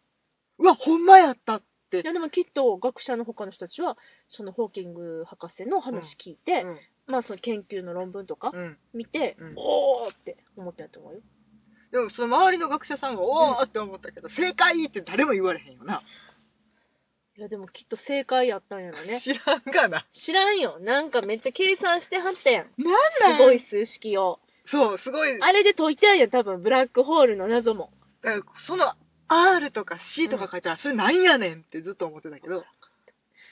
S2: うわほんまやった
S1: いやでもきっと学者の他の人たちは、そのホーキング博士の話聞いて、
S2: うん
S1: まあその研究の論文とか
S2: うん
S1: 見て、
S2: うん
S1: おーって思ったと思うよ。
S2: でもその周りの学者さんがおーって思ったけど、正解って誰も言われへんよな、
S1: いやでもきっと正解やったんやろね。
S2: 知らんがな
S1: 知らんよ。なんかめっちゃ計算してはったやん。す
S2: なん
S1: ごい数式を。
S2: そうすごい
S1: あれで解いてあるやん、多分、ブラックホールの謎も。
S2: だからその R とか C とか書いたら、それなんやねんってずっと思ってたけど、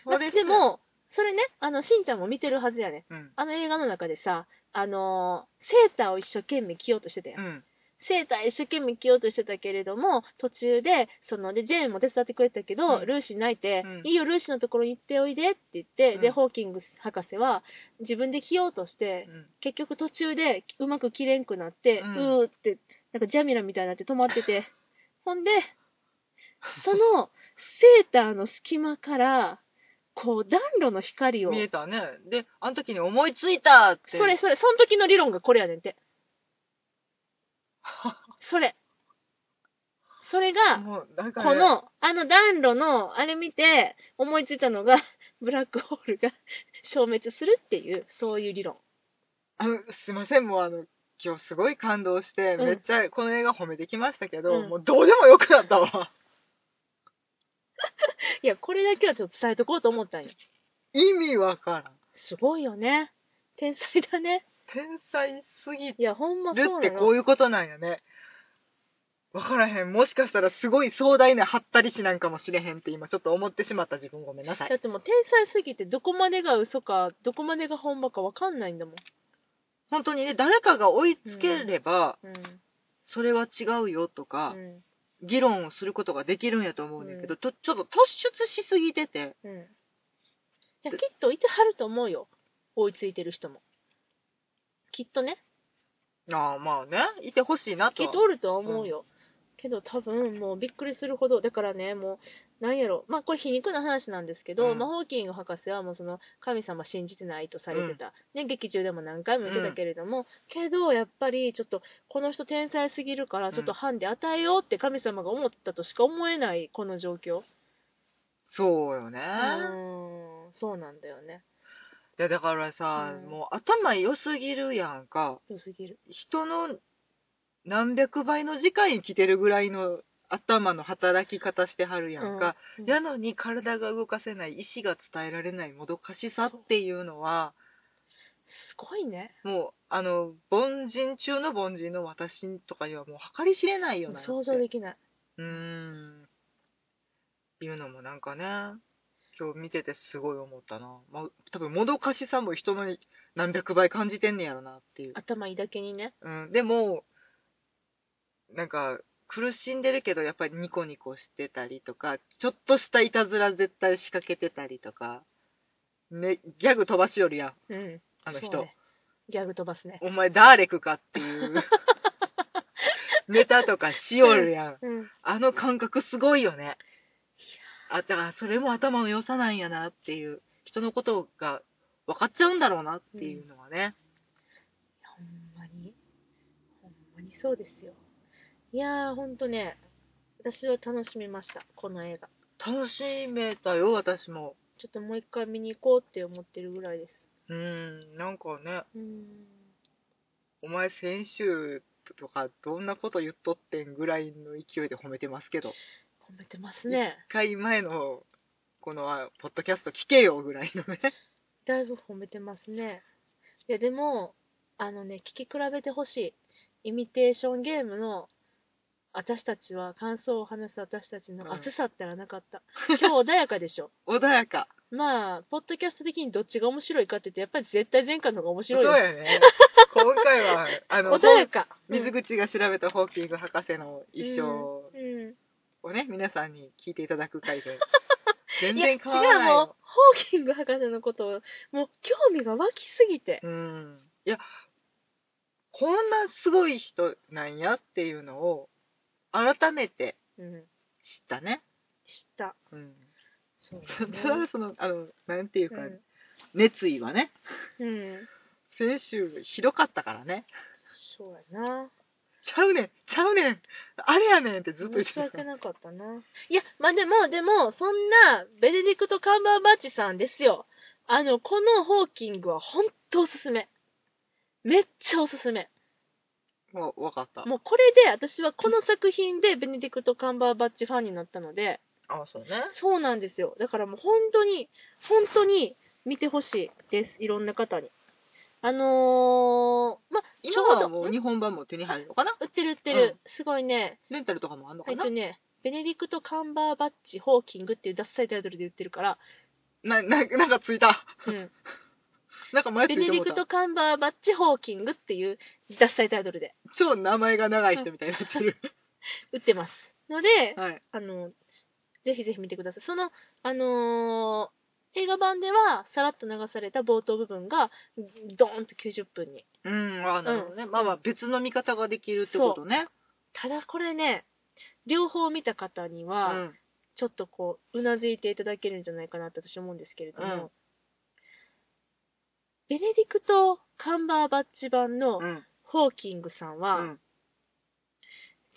S1: まあ
S2: それ
S1: で、も、それね、あの、しんちゃんも見てるはずやね。
S2: うん、
S1: あの映画の中でさ、あのーセーターを一生懸命着ようとしてたやん。
S2: うん、
S1: セーター一生懸命着ようとしてたけれども、途中で、その、で、ジェーンも手伝ってくれたけど、
S2: うん
S1: ルーシー泣いて、
S2: うん
S1: いいよ、ルーシーのところに行っておいでって言って、
S2: う
S1: で、
S2: ん
S1: ホーキングス博士は、自分で着ようとして、結局途中でうまく切れんくなって、う
S2: うん
S1: ーってなんかジャミラみたいになって止まって てほんでそのセーターの隙間からこう暖炉の光を
S2: 見えたねであの時に思いついたって
S1: それそれその時の理論がこれやね んてそれそれが
S2: もうなんかね
S1: このあの暖炉のあれ見て思いついたのがブラックホールが 消滅するっていうそういう理論
S2: あのすいませんもうあの今日すごい感動して、
S1: うん
S2: めっちゃこの映画褒めてきましたけど、
S1: うん
S2: もうどうでもよくなったわ
S1: いやこれだけはちょっと伝えとこうと思ったんよ
S2: 意味わからん
S1: すごいよね。天才だね。
S2: 天才すぎ
S1: いや、ほんま
S2: る
S1: そう
S2: って
S1: な
S2: こう
S1: の。
S2: いうことなんやねわからへんもしかしたらすごい壮大なハったりしなんかもしれへんって今ちょっと思ってしまった自分ごめんなさい
S1: だってもう天才すぎてどこまでが嘘かどこまでが本場かわかんないんだもん。
S2: 本当にね誰かが追いつければ、
S1: うん。
S2: それは違うよとか、
S1: うん。
S2: 議論をすることができるんやと思うねんだけど、
S1: う
S2: とちょっと突出しすぎてて
S1: うん。いや、きっといてはると思うよ。追いついてる人も。きっとね。
S2: ああまあねいてほしいなと
S1: きっ
S2: は
S1: とおるとは思うよ。けど多分もうびっくりするほど、だからね、もう、なんやろ、まあこれ皮肉な話なんですけど、
S2: うん
S1: まあホーキング博士はもうその神様信じてないとされてた、ね、劇中でも何回も言ってたけれども、けどやっぱりちょっと、この人天才すぎるから、
S2: ん
S1: ちょっとハンデ与えようって神様が思ったとしか思えない、この状況。
S2: そうよね、
S1: うーん、そうなんだよね。
S2: いやだからさ、
S1: うん
S2: もう頭良すぎるやんか
S1: 良すぎる。
S2: 人の何百倍の時間生きてるぐらいの頭の働き方してはるやんか、
S1: うんうん
S2: やのに体が動かせない意思が伝えられないもどかしさっていうのは
S1: すごいね。
S2: もうあの凡人中の凡人の私とかにはもう計り知れないような
S1: 想像できない。
S2: うーんいうのもなんかね今日見ててすごい思ったな、まあ、多分もどかしさも人の何百倍感じてんねやろなっていう、
S1: 頭いいだけにね。
S2: うん、でもなんか苦しんでるけどやっぱりニコニコしてたりとかちょっとしたいたずら絶対仕掛けてたりとか、ね、ギャグ飛ばしよるやん
S1: うん。
S2: あの人、
S1: そうねギャグ飛ばすね。
S2: お前ダーレクかっていう ネタとかしよるやん
S1: うん。
S2: あの感覚すごいよね。あ、だからそれも頭の良さなんやなっていう、人のことが分かっちゃうんだろうなっていうのはね。
S1: ほんまに、ほんまにそうですよ。いやー、ほんとね、私は楽しみました、この映画。
S2: 楽しめたよ、私も。
S1: ちょっともう一回見に行こうって思ってるぐらいです。
S2: うーん、なんかね、
S1: うーん。
S2: お前先週とかどんなこと言っとってんぐらいの勢いで褒めてますけど、
S1: 褒めてますね。
S2: 一回前の、この、あポッドキャスト聞けよぐらいのね。
S1: だいぶ褒めてますね。いや、でも、あのね、聞き比べてほしい。イミテーションゲームの、私たちは、感想を話す私たちの熱さったらなかった。今日穏やかでしょ。
S2: 穏やか。
S1: まあ、ポッドキャスト的にどっちが面白いかって言って、やっぱり絶対前回の方が面白い
S2: そう
S1: よ。
S2: や ね。今回は、あの、
S1: 穏やか。
S2: 水口が調べたホーキング博士の一生
S1: うん
S2: をね、皆さんに聞いていただく 回で全
S1: いや違
S2: 然
S1: う
S2: 変わらない
S1: もう
S2: の
S1: ホーキング博士のことをもう興味が湧きすぎて
S2: うんいやこんなすごい人なんやっていうのを改めて
S1: うん
S2: 知ったね、
S1: 知った
S2: うん、
S1: そう
S2: た
S1: ね
S2: だ そのあのなんていう
S1: う
S2: か、
S1: ん、
S2: 熱意はね
S1: うん、
S2: 先週ひどかったからね
S1: そうやな
S2: ちゃうねんちゃうねんあれやねんってずっと言
S1: 申
S2: って
S1: した訳なかったないやまあでもでもそんなベネディクト・カンバーバッチさんですよあのこのホーキングは本当おすすめめっちゃおすすめ
S2: もう分かった
S1: もうこれで私はこの作品でベネディクト・カンバーバッチファンになったので
S2: あそうね
S1: そうなんですよ。だからもう本当に、本当に見てほしいです。いろんな方に。あのー、ま、
S2: 今はも
S1: も
S2: う日本版も手に入るのかな
S1: 売ってる売ってる。すごいね。
S2: レンタルとかもあんの
S1: え
S2: か
S1: っ
S2: な、
S1: とね、ベネディクト・カンバーバッチ・ホーキングっていうダッサいタイトルで売ってるから、
S2: なな なんかついた
S1: うん、
S2: なんか前つ
S1: ベ
S2: い
S1: ネ
S2: て
S1: ディ
S2: もう
S1: ク
S2: た
S1: ト・カンバーバッチ・ホーキングっていうダッサいタイトルで
S2: 超名前が長い人みたいになってる。
S1: 売ってます。ので、
S2: はい。
S1: あの、ぜひぜひ見てください。その、あのー映画版ではさらっと流された冒頭部分がドーンと90分に
S2: うん、あなるほどね。まあまあ、別の見方ができるってことね。
S1: ただこれね両方見た方に
S2: う
S1: は
S2: ん。
S1: ちょっとこううなずいていただけるんじゃないかなって私思うんですけれども、
S2: うん
S1: ベネディクト・カンバーバッチ版の
S2: うん。
S1: ホーキングさん
S2: う
S1: は
S2: ん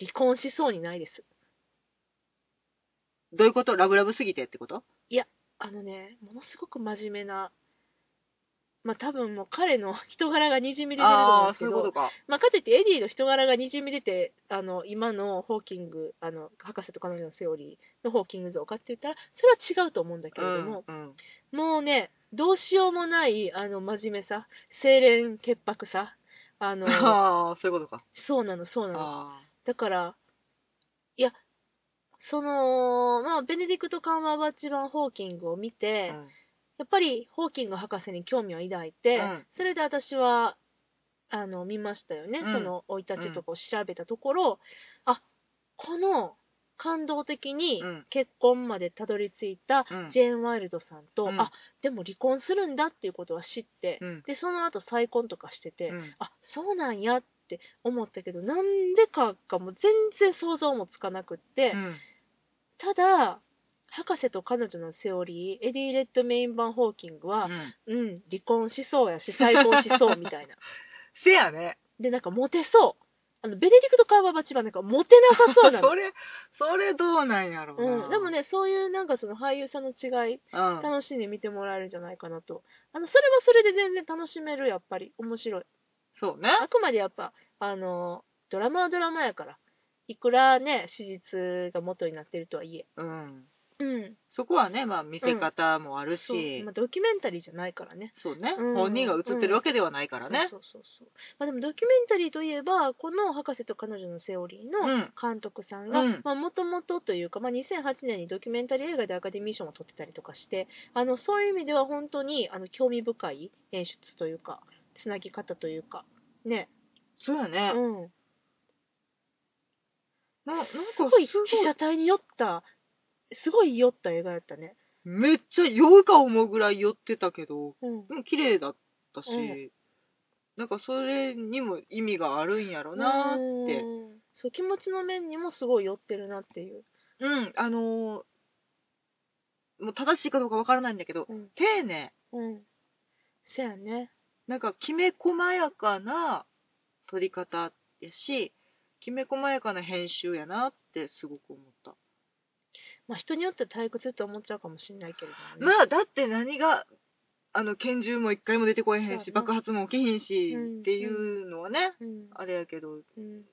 S1: 離婚しそうにないです、
S2: どういうことラブラブすぎてってこと
S1: あのねものすごく真面目なまあ多分もう彼の人柄がにじみ出てると思うん
S2: ああ
S1: で
S2: ー、
S1: す
S2: そ
S1: け
S2: ういう
S1: ど
S2: ことか。
S1: まあ、かといってエディの人柄がにじみ出てあの今のホーキングあの博士と彼女のセオリーのホーキング像かって言ったらそれは違うと思うんだけ
S2: う
S1: れど
S2: ん
S1: も、。
S2: うん
S1: もうね、どうしようもない、あの、真面目さ、清廉潔白さ、あ の、
S2: ああ、そういうことか。
S1: そうなの、そうなの。
S2: あ
S1: だから、いや、その、まあ、ベネディクト・カンバーバッチ版ホーキングを見
S2: あ。
S1: て、
S2: うん
S1: やっぱりホーキング博士に興味を抱いて、
S2: うん
S1: それで私は、あの、見ましたよね。
S2: うん
S1: その、生い立ちとかを調べたところ、あ、この、感動的に
S2: うん
S1: 結婚までたどり着いた
S2: うん
S1: ジェーン・ワイルドさんと、
S2: うん
S1: あ、でも離婚するんだっていうことは知って、
S2: うん
S1: でその後再婚とかしてて、
S2: うん
S1: あそうなんやって思ったけどなんでかがもう全然想像もつかなくって、
S2: うん。
S1: ただ博士と彼女のセオリーエディ・レッドメイン版ホーキングは
S2: う、ん
S1: うん 離婚しそうやし再婚しそうみたいな
S2: せやね。
S1: でなんかモテそあのベネディクト・カーバーバッチはなんかモテなさそうなの
S2: それ、それどうなんやろうな。
S1: うん、でも、ねそういうなんかその俳優さんの違い
S2: うん。
S1: 楽しんで見てもらえるんじゃないかなとあのそれはそれで全然楽しめるやっぱり面白い
S2: そうね。
S1: あくまでやっぱあのドラマはドラマやからいくらね史実が元になってるとはいえ
S2: うん。
S1: うん
S2: そこはね、まあ見せ方もある
S1: そう
S2: し
S1: まあ、ドキュメンタリーじゃないからね
S2: そうね、
S1: うん
S2: 本人が映ってるわけではないからね。
S1: そうそうそうそうまあでもドキュメンタリーといえばこの「博士と彼女のセオリー」
S2: う
S1: の
S2: ん。
S1: 監督さんが
S2: うん
S1: もともとというか、まあ、2008年にドキュメンタリー映画でアカデミー賞を取ってたりとかしてあのそういう意味では本当にあの興味深い演出というかつなぎ方というかね
S2: そうやね
S1: う。ん
S2: ななんか
S1: すごい被写体に酔ったすごい酔った映画やったね
S2: めっちゃ酔うか思うぐらい酔ってたけど、
S1: うん
S2: でも綺麗だったし、
S1: うん
S2: なんかそれにも意味があるんやろなーって。
S1: うんそう気持ちの面にもすごい酔ってるなっていう、
S2: うん、あのーもう正しいかどうかわからないんだけど、
S1: うん
S2: 丁寧、
S1: うん、せやね
S2: なんかきめ細やかな撮り方やし、きめ細やかな編集やなってすごく思った。
S1: まあ人によって退屈って思っちゃうかもしれないけれどもね、
S2: まあ、だって何が、あの、拳銃も一回も出てこえへん
S1: そう
S2: し、
S1: ね
S2: 爆発も起きひんし、
S1: うん
S2: っていうのはね、
S1: うん
S2: あれやけど、
S1: うん、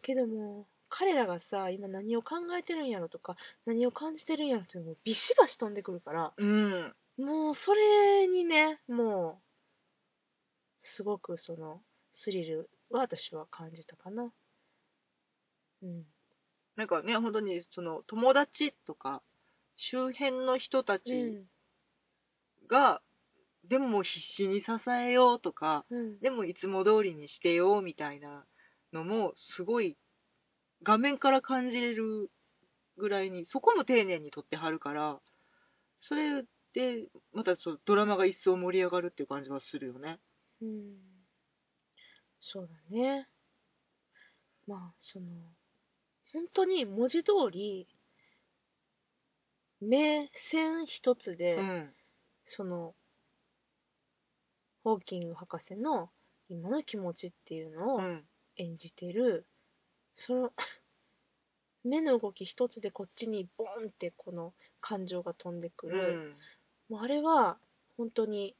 S1: けども彼らがさ今何を考えてるんやろとか何を感じてるんやろっていうのもビシバシ飛んでくるから
S2: うん、
S1: もうそれにねもうすごくそのスリルは私は感じたかなうん
S2: なんかね、本当にその友達とか、周辺の人たちが、でも必死に支えようとか、
S1: うんうん
S2: でもいつも通りにしてようみたいなのも、すごい画面から感じれるぐらいに、そこも丁寧に撮ってはるから、それで、またそうドラマが一層盛り上がるっていう感じはするよね。
S1: うんそうだねまあその本当に文字通り目線一つで、
S2: うん。
S1: そのホーキング博士の今の気持ちっていうの
S2: う
S1: を
S2: ん。
S1: 演じてる、その 目の動き一つでこっちにボンってこの感情が飛んでく
S2: う
S1: る、
S2: ん。
S1: もうあれは本当に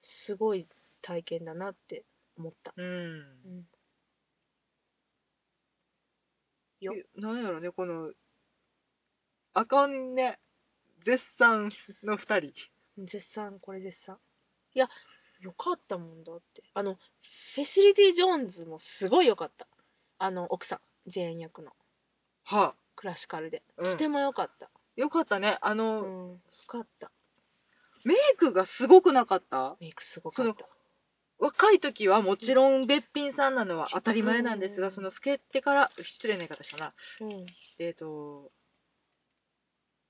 S1: すごい体験だなって思った、
S2: うん。
S1: うんよ
S2: えなんやろね、この、あかんね、絶賛の二人。
S1: 絶賛これ絶賛いやよかったもんだってあのフェシリティ・ジョーンズもすごいよかったあの奥さんジェーン役の
S2: は
S1: クラシカルで
S2: あ、う
S1: とて
S2: ん、
S1: もよかった
S2: よかったね。あ
S1: う
S2: の、
S1: んよかった
S2: メイクがすごくなかった
S1: メイクすごかった
S2: 若い時はもちろんべっぴんさんなのは当たり前なんですが、
S1: うん
S2: その老けてから、失礼な言い方したな。
S1: うん
S2: えっ、と、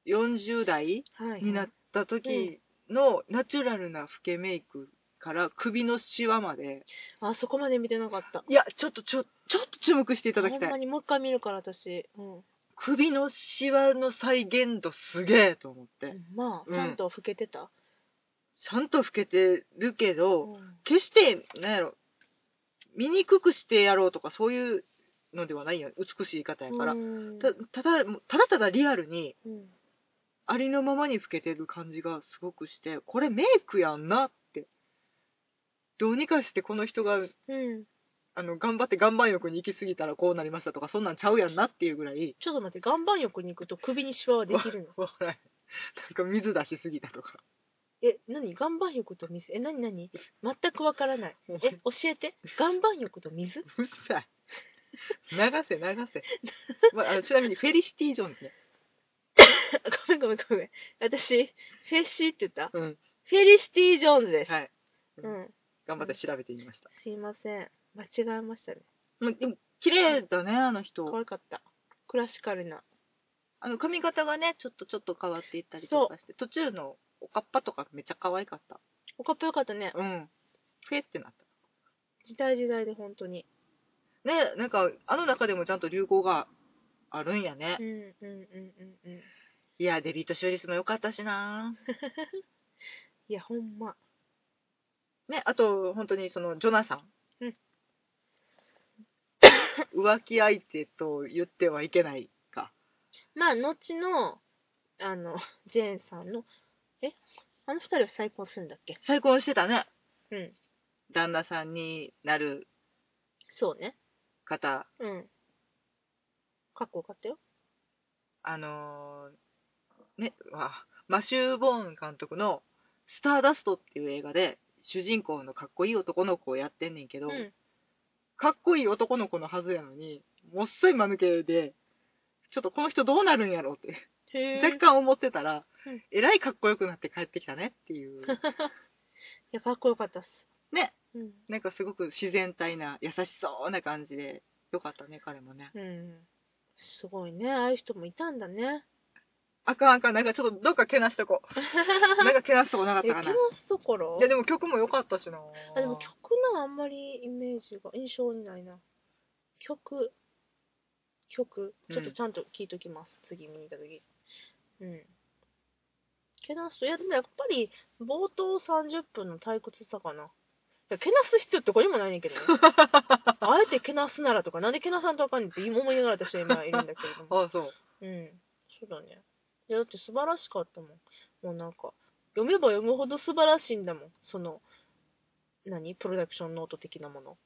S2: 40代
S1: はい
S2: になった時のナチュラルな老けメイクから首のシワまで、
S1: あそこまで見てなかった
S2: いや、ちょっとちょ、ちょっと注目していただきた
S1: ほんま
S2: い。
S1: にもう一回見るから私うん
S2: 首のシワの再現度すげえと思って。
S1: まあ
S2: うん
S1: ちゃんと老けてた
S2: ちゃんと老けてるけ
S1: う
S2: ど、
S1: ん
S2: 決して、なんやろ、醜くしてやろうとかそういうのではないやん美しい言い方やから。
S1: うん
S2: たただ、ただただリアルに、
S1: うん
S2: ありのままに老けてる感じがすごくして、これメイクやんなって。どうにかしてこの人が、
S1: うん
S2: あの、頑張って岩盤浴に行き過ぎたらこうなりましたとか、そんなんちゃうやんなっていうぐらい、
S1: ちょっと待って岩盤浴に行くと首にシワはできるの
S2: わからへんなんか水出しすぎたとか。
S1: え、何岩盤浴と水え、何何全くわからない。え、教えて。岩盤浴と水
S2: うっさい。流せ、流せ。まあ、あのちなみに、フェリシティ・ジョーンズね。
S1: あごめんごめんごめん。私、フェッシーって言った
S2: うん。
S1: フェリシティ・ジョーンズです。
S2: はい。
S1: うん。
S2: 頑張って調べてみました。
S1: すいません。間違えましたね。
S2: まあ、でも、綺麗だね、あの人。
S1: 怖かった。クラシカルな。
S2: あの、髪型がね、ちょっとちょっと変わっていったりとかして、途中のおかっぱとかめっちゃ可愛かった。
S1: おかっぱよかったね。
S2: うん。ふえってなっ
S1: 時代時代で本当に。
S2: た。ね、なんか、あの中でもちゃんと流行があるんやね
S1: う。んうんうんうんうん。
S2: いや、デビート・シュリスも良かったしない
S1: や、ほんま。
S2: ね、あと、本当にその、ジョナサン。
S1: うん
S2: 浮気相手と言ってはいけないか。
S1: まあ、後の、あの、ジェーンさんの、えあの二人は再婚するんだっけ
S2: 再婚してたね。
S1: うん。
S2: 旦那さんになる
S1: そうね。
S2: 方。
S1: うん。かっこよかったよ。
S2: あのーね、わマシュー・ボーン監督の「スターダスト」っていう映画で主人公のかっこいい男の子をやってんねんけ
S1: う
S2: ど、
S1: ん。
S2: かっこいい男の子のはずやのにもっそい間抜けでちょっとこの人どうなるんやろうって
S1: へえ。
S2: 若干思ってたら、
S1: うん
S2: えらいかっこよくなって帰ってきたねっていう
S1: いや、かっこよかったっす。
S2: ね
S1: うん。
S2: なんかすごく自然体な優しそうな感じでよかったね彼もね
S1: うん。すごいね。ああいう人もいたんだね。
S2: あかんあかんなんかちょっとどっかけなしとこ なんかけなすとこなかっ
S1: え、
S2: た
S1: 気
S2: か
S1: の
S2: な
S1: すところ
S2: いやでも曲も良かったしな
S1: あでも曲のあんまりイメージが印象にないな曲曲
S2: うん
S1: ちょっとちゃんと聞いときます、次見に行った時うんけなすといやでもやっぱり冒頭30分の退屈さかないやけなす必要ってこれもないねん けどねあえてけなすならとかなんでけなさんとあかんねんって今思いながら私は今いるんだけれども
S2: ああそう
S1: うん、そうだね。いや、だって素晴らしかったもん。もうなんか、読めば読むほど素晴らしいんだもん。その、何プロダクションノート的なもの。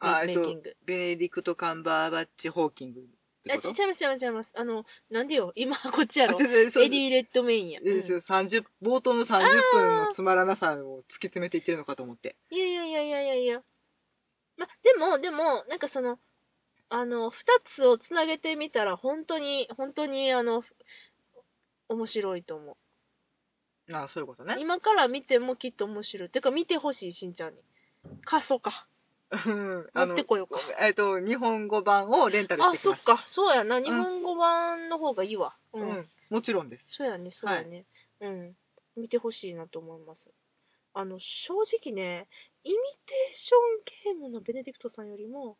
S2: あ
S1: メ
S2: えっ
S1: イキ
S2: と
S1: ング。
S2: ベネディクト・カンバーバッチ・ホーキングって
S1: あ、
S2: こ
S1: ち
S2: と
S1: ゃいます、違います、違います。あの、なんでよ、今こっちやろ。
S2: あち
S1: エ
S2: ょっとそう
S1: ディ・レッドメインや。
S2: えそう30冒頭の30分のつまらなさを突き詰めていってるのかと思って
S1: いやいやいやいやいやいや。ま、でも、でも、なんかその、あの、二つをつなげてみたら、本当に、本当に、あの、面白いと思う。
S2: ああそういうことね
S1: 今から見てもきっと面白い。てか見てほしい、しんちゃんに。貸そうか。
S2: うん
S1: 持
S2: あ
S1: っ
S2: の
S1: てこようか。
S2: えっと日本語版をレンタルし
S1: あ
S2: て、き
S1: そ
S2: ま
S1: っ
S2: す
S1: か。そうやな。日本語版の方がいいわ。う。
S2: うんんもちろんです
S1: そうやね、そうやね。うん。見てほしいなと思います。あの、正直ね、イミテーションゲームのベネディクトさんより も、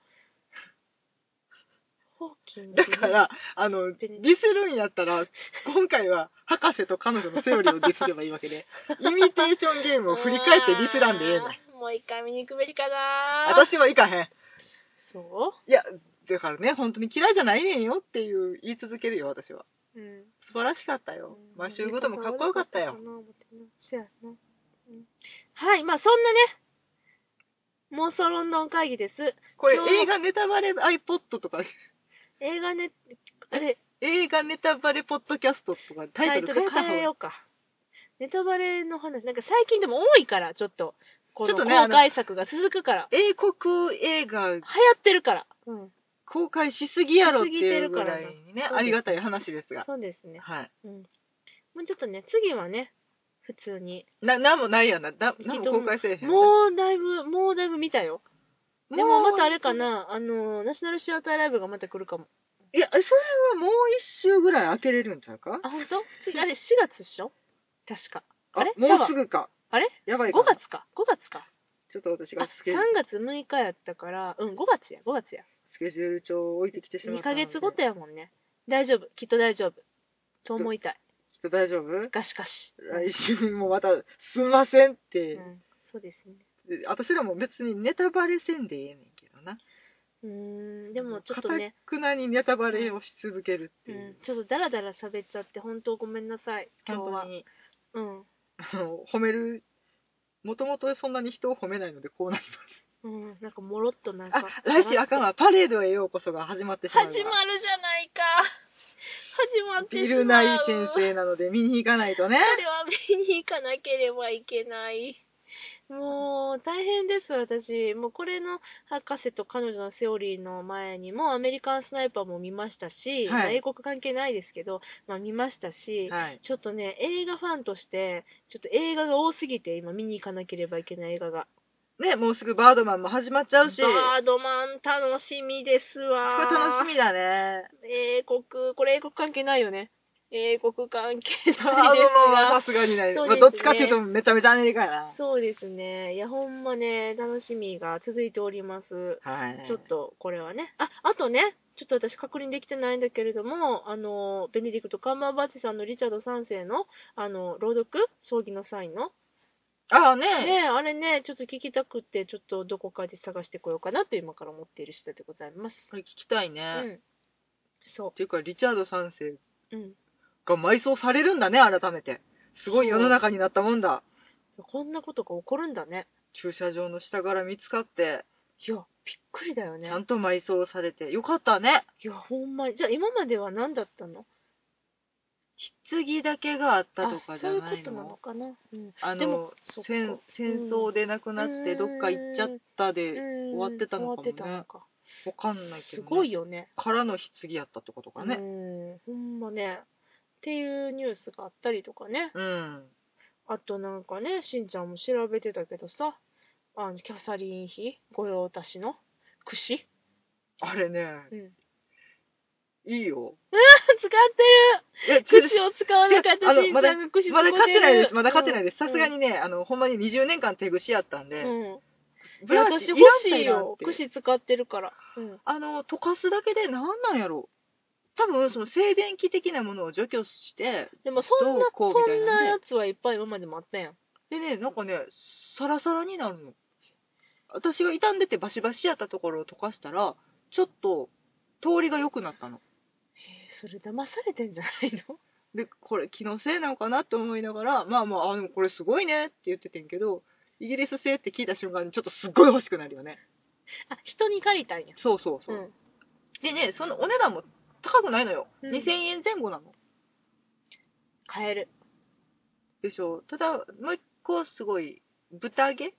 S1: ホーキング
S2: だからあのディスるんやったら今回は博士と彼女のセオリーをディスればいいわ けでイミテーションゲームを振り返ってディスらんでええの
S1: あーもう一回見に行くべきかな。
S2: 私はいかへん
S1: そ
S2: いやだからね本当に嫌いじゃないねんよっていう言い続けるよ私は
S1: ううん。
S2: 素晴らしかったよ。マシューゴでもかっこよかったよ。
S1: そうやなうんはい、まあそんなね、妄想ロンドン会議です。
S2: これ
S1: 今日も
S2: 映画ネタバレ iPod とか、
S1: 映画ね、あれ、
S2: 映画ネタバレポッドキャストとか
S1: タ
S2: タ
S1: イ
S2: イ
S1: ト
S2: ト
S1: ル
S2: ル
S1: 変
S2: 変
S1: え
S2: えた方
S1: ようか。ネタバレの話、なんか最近でも多いから、ちょっと、こ
S2: ちょ
S1: の公
S2: っとねあの
S1: 開作が続くから、
S2: 英国映画
S1: 流行ってるから。うん。
S2: 公開しすぎやろって
S1: しすぎて
S2: い
S1: る
S2: うぐ
S1: から
S2: ら
S1: ない
S2: ね、
S1: そう
S2: ありがたい話ですが。
S1: そうですね。
S2: はい。
S1: もうちょっとね、次はね、普通に。
S2: な、なんもないやんな。な
S1: きっと
S2: なんも公開せえへん。う、
S1: もうだいぶ、もうだいぶ見たよ。でもまたあれか。な、あの、ナショナルシアターライブがまた来るかも。
S2: いや、それはもう一週ぐらい開けれるんちゃうか
S1: あ、本当？次あれ4月っしょ確か。あ
S2: あ
S1: れ、
S2: もうすぐか。
S1: あれ
S2: やば
S1: 5
S2: いかな。
S1: 月か。5月か。
S2: ちょっと私
S1: あ
S2: がスケ
S1: 3
S2: ジュール
S1: 月6日やったから、うん、5月や、5月や。
S2: スケジュール帳を置いてきてし
S1: 2
S2: まった
S1: ヶ
S2: ので。
S1: 月ごとやもんね。大丈夫、きっと大丈夫。と思いたい。
S2: きっと大丈夫
S1: がしかし。
S2: 来週もまた、すんませんって。
S1: うん、そうですね。
S2: で私らも別にネタバレせんでええねんけどな
S1: うーん、でもちょっとね、
S2: かたくなにネタバレをし続けるっ
S1: う
S2: てい
S1: ん
S2: う、、
S1: ちょっとダラダラ喋っちゃって、本当ごめんなさい、今日
S2: 本当
S1: は。
S2: に
S1: うん。
S2: あの褒めるもともとそんなに人を褒めないのでこうなり
S1: うん、なんかもろっとなん
S2: ま
S1: か
S2: す。あ来週あかんわパレードへようこそが始まってしまうわ
S1: 始まるじゃないか。始まってしまう。
S2: ビルナイ先生なので見に行かないとね
S1: それは見に行かなければいけない。もう大変です、私。もうこれの博士と彼女のセオリーの前にもアメリカンスナイパーも見ましたし、
S2: はい
S1: まあ英国関係ないですけど、まあ、見ましたし、
S2: はい
S1: ちょっとね、映画ファンとして、ちょっと映画が多すぎて、今見に行かなければいけない映画が。
S2: ねもうすぐバードマンも始まっちゃ
S1: バ
S2: うしこれ
S1: ードマン楽しみですわ。
S2: 楽しみだね
S1: 英国、これ英国関係ないよね。英国関係ないです
S2: バードマン
S1: が
S2: は。さすがにない、
S1: そうでね
S2: ますあ、どっちかっていうとめちゃめちゃアメリカやな
S1: そうですね。いや、ほんまね、楽しみが続いております。
S2: はい
S1: ちょっと、これはね。あ、あとね、ちょっと私確認できてないんだけれども、あの、ベネディクト・カンバーバッチさんのリチャード3世の、あの、朗読、将棋の際の、
S2: ああね
S1: ねえあれね、ちょっと聞きたくって、ちょっとどこかで探してこようかなと今から思っている次第でございます。
S2: これ聞きたいうね、っ
S1: ん。そ
S2: ていうかリチャード3世
S1: う。うん。
S2: が埋葬されるんだね改めてすごい世の中になったもんだ
S1: こんなことが起こるんだね。
S2: 駐車場の下から見つかって
S1: いや、びっくりだよ
S2: ち
S1: ね
S2: ゃ。んと埋葬されてよかったね
S1: いや、ほんまに。じゃあ今までは何だったの
S2: 棺だけがあったと
S1: あ
S2: かじ
S1: そ
S2: ゃ
S1: ういう
S2: な
S1: こ
S2: い
S1: となの
S2: の
S1: かな。うん。
S2: あ
S1: でも
S2: の
S1: そっか
S2: 戦戦争で亡くなって
S1: うん
S2: どっか行っちゃったで
S1: 終
S2: 終わってたのかもね
S1: 終わってたのか。
S2: わかんないけ
S1: す
S2: ど、ね、
S1: ごいよね。
S2: からの棺やったってことかね
S1: うん。ほんまね。っていうニュースがあったりとかね。
S2: うん
S1: あとなんかね、しんちゃんも調べてたけどさ、あの、キャサリン妃御用達の櫛
S2: あれね
S1: うん。使っ
S2: いいよえ
S1: てる櫛を使わなかった
S2: あの
S1: しんちゃんが櫛
S2: まだ勝ってないです、まだ勝ってないです。さすが
S1: に。
S2: にね、あの、ほんまに20年間手ぐしやったん
S1: う
S2: で、
S1: ん。
S2: ブラ
S1: 私
S2: シ
S1: 欲しいよ。
S2: らんって
S1: 櫛使ってるから。うん。
S2: あの、溶かすだけでなんなんやろ多分、その静電気的なものを除去して、
S1: でもそんな
S2: どう、こうみた
S1: そ
S2: い
S1: ん
S2: な
S1: な
S2: ね
S1: やつはいっぱい今までもあったやん。
S2: でね、なんかね、サラサラになるの。私が傷んでてバシバシやったところを溶かしたら、ちょっと通りが良くなったの。
S1: えーそれ騙されてんじゃないの
S2: で、これ気のせいなのかなって思いながら、まあまあ、あ、でもこれすごいねって言っててんけど、イギリス製って聞いた瞬間にちょっとすっごい欲しくなるよね。
S1: あ、人に借りたんや。
S2: そうそうそうう。
S1: ん。
S2: でね、そのお値段も高くないのよ。
S1: うん
S2: 2000円前後なの。
S1: 買える。
S2: でしょ。ただ、もう一個すごい、豚毛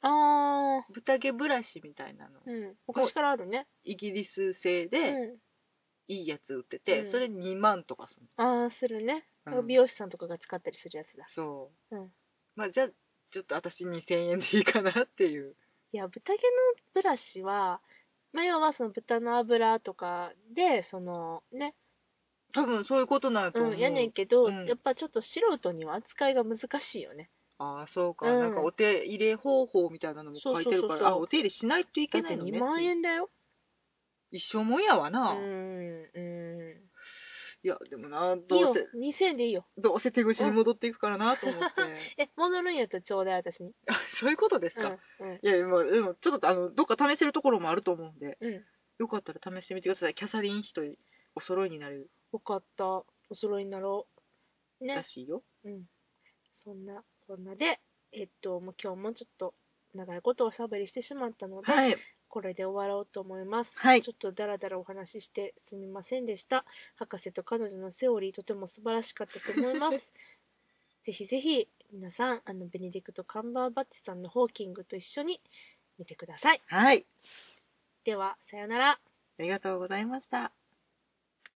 S1: あ
S2: 豚毛ブラシみたいなの。
S1: ー。うん。昔からあるね。
S2: イギリス製
S1: う
S2: で、
S1: ん。
S2: いいやつ売ってて、
S1: うん
S2: それ2万とかする
S1: あー、するね。
S2: の。うん
S1: 美容師さんとかが使ったりするやつだ。
S2: そう。
S1: うん
S2: まあ、じゃあ、ちょっと私2000円でいいかなっていう。
S1: いや、豚毛のブラシは、まあ、要はその豚の油とかで、そのね、
S2: 多分そういうことなんやと思う。
S1: うん、やねんけど、
S2: うん
S1: やっぱちょっと素人には扱いが難しいよね。
S2: ああ、そうか、
S1: うん
S2: なんかお手入れ方法みたいなのも書いてる
S1: そうそう
S2: から、
S1: そうそう
S2: あ、お手入れしないとい
S1: だ
S2: け
S1: っ
S2: な
S1: て
S2: いのねって
S1: 2
S2: いう。
S1: 万円だよ。
S2: 一生もんやわ
S1: う
S2: な。
S1: ん、うん。
S2: いや、でもな、
S1: いい
S2: ど
S1: よ
S2: うせ、、
S1: 2000円でいいよ。
S2: どうせ手口に戻っていくからなと思って。
S1: え、戻るんやったらちょうだい、私に。
S2: あそういうことです
S1: う
S2: か。
S1: ん、うん。
S2: いや、でも、でもちょっと、あの、どっか試せるところもあると思うんで、
S1: うん。
S2: よかったら試してみてください。キャサリン妃とお揃いになる
S1: よかった。お揃いになろう。ね
S2: ら。しいよ。
S1: うん。そんな、こんなで、えっと、もう今日もちょっと、長いことおしゃべりしてしまったので、
S2: はい。
S1: これで終わろうと思います。
S2: はい
S1: ちょっとダラダラお話ししてすみませんでした。博士と彼女のセオリーとても素晴らしかったと思い ます。ぜひぜひ皆さん、あのベネディクト・カンバーバッチさんのホーキングと一緒に見てください。
S2: はい。
S1: では、さよなら。
S2: ありがとうございました。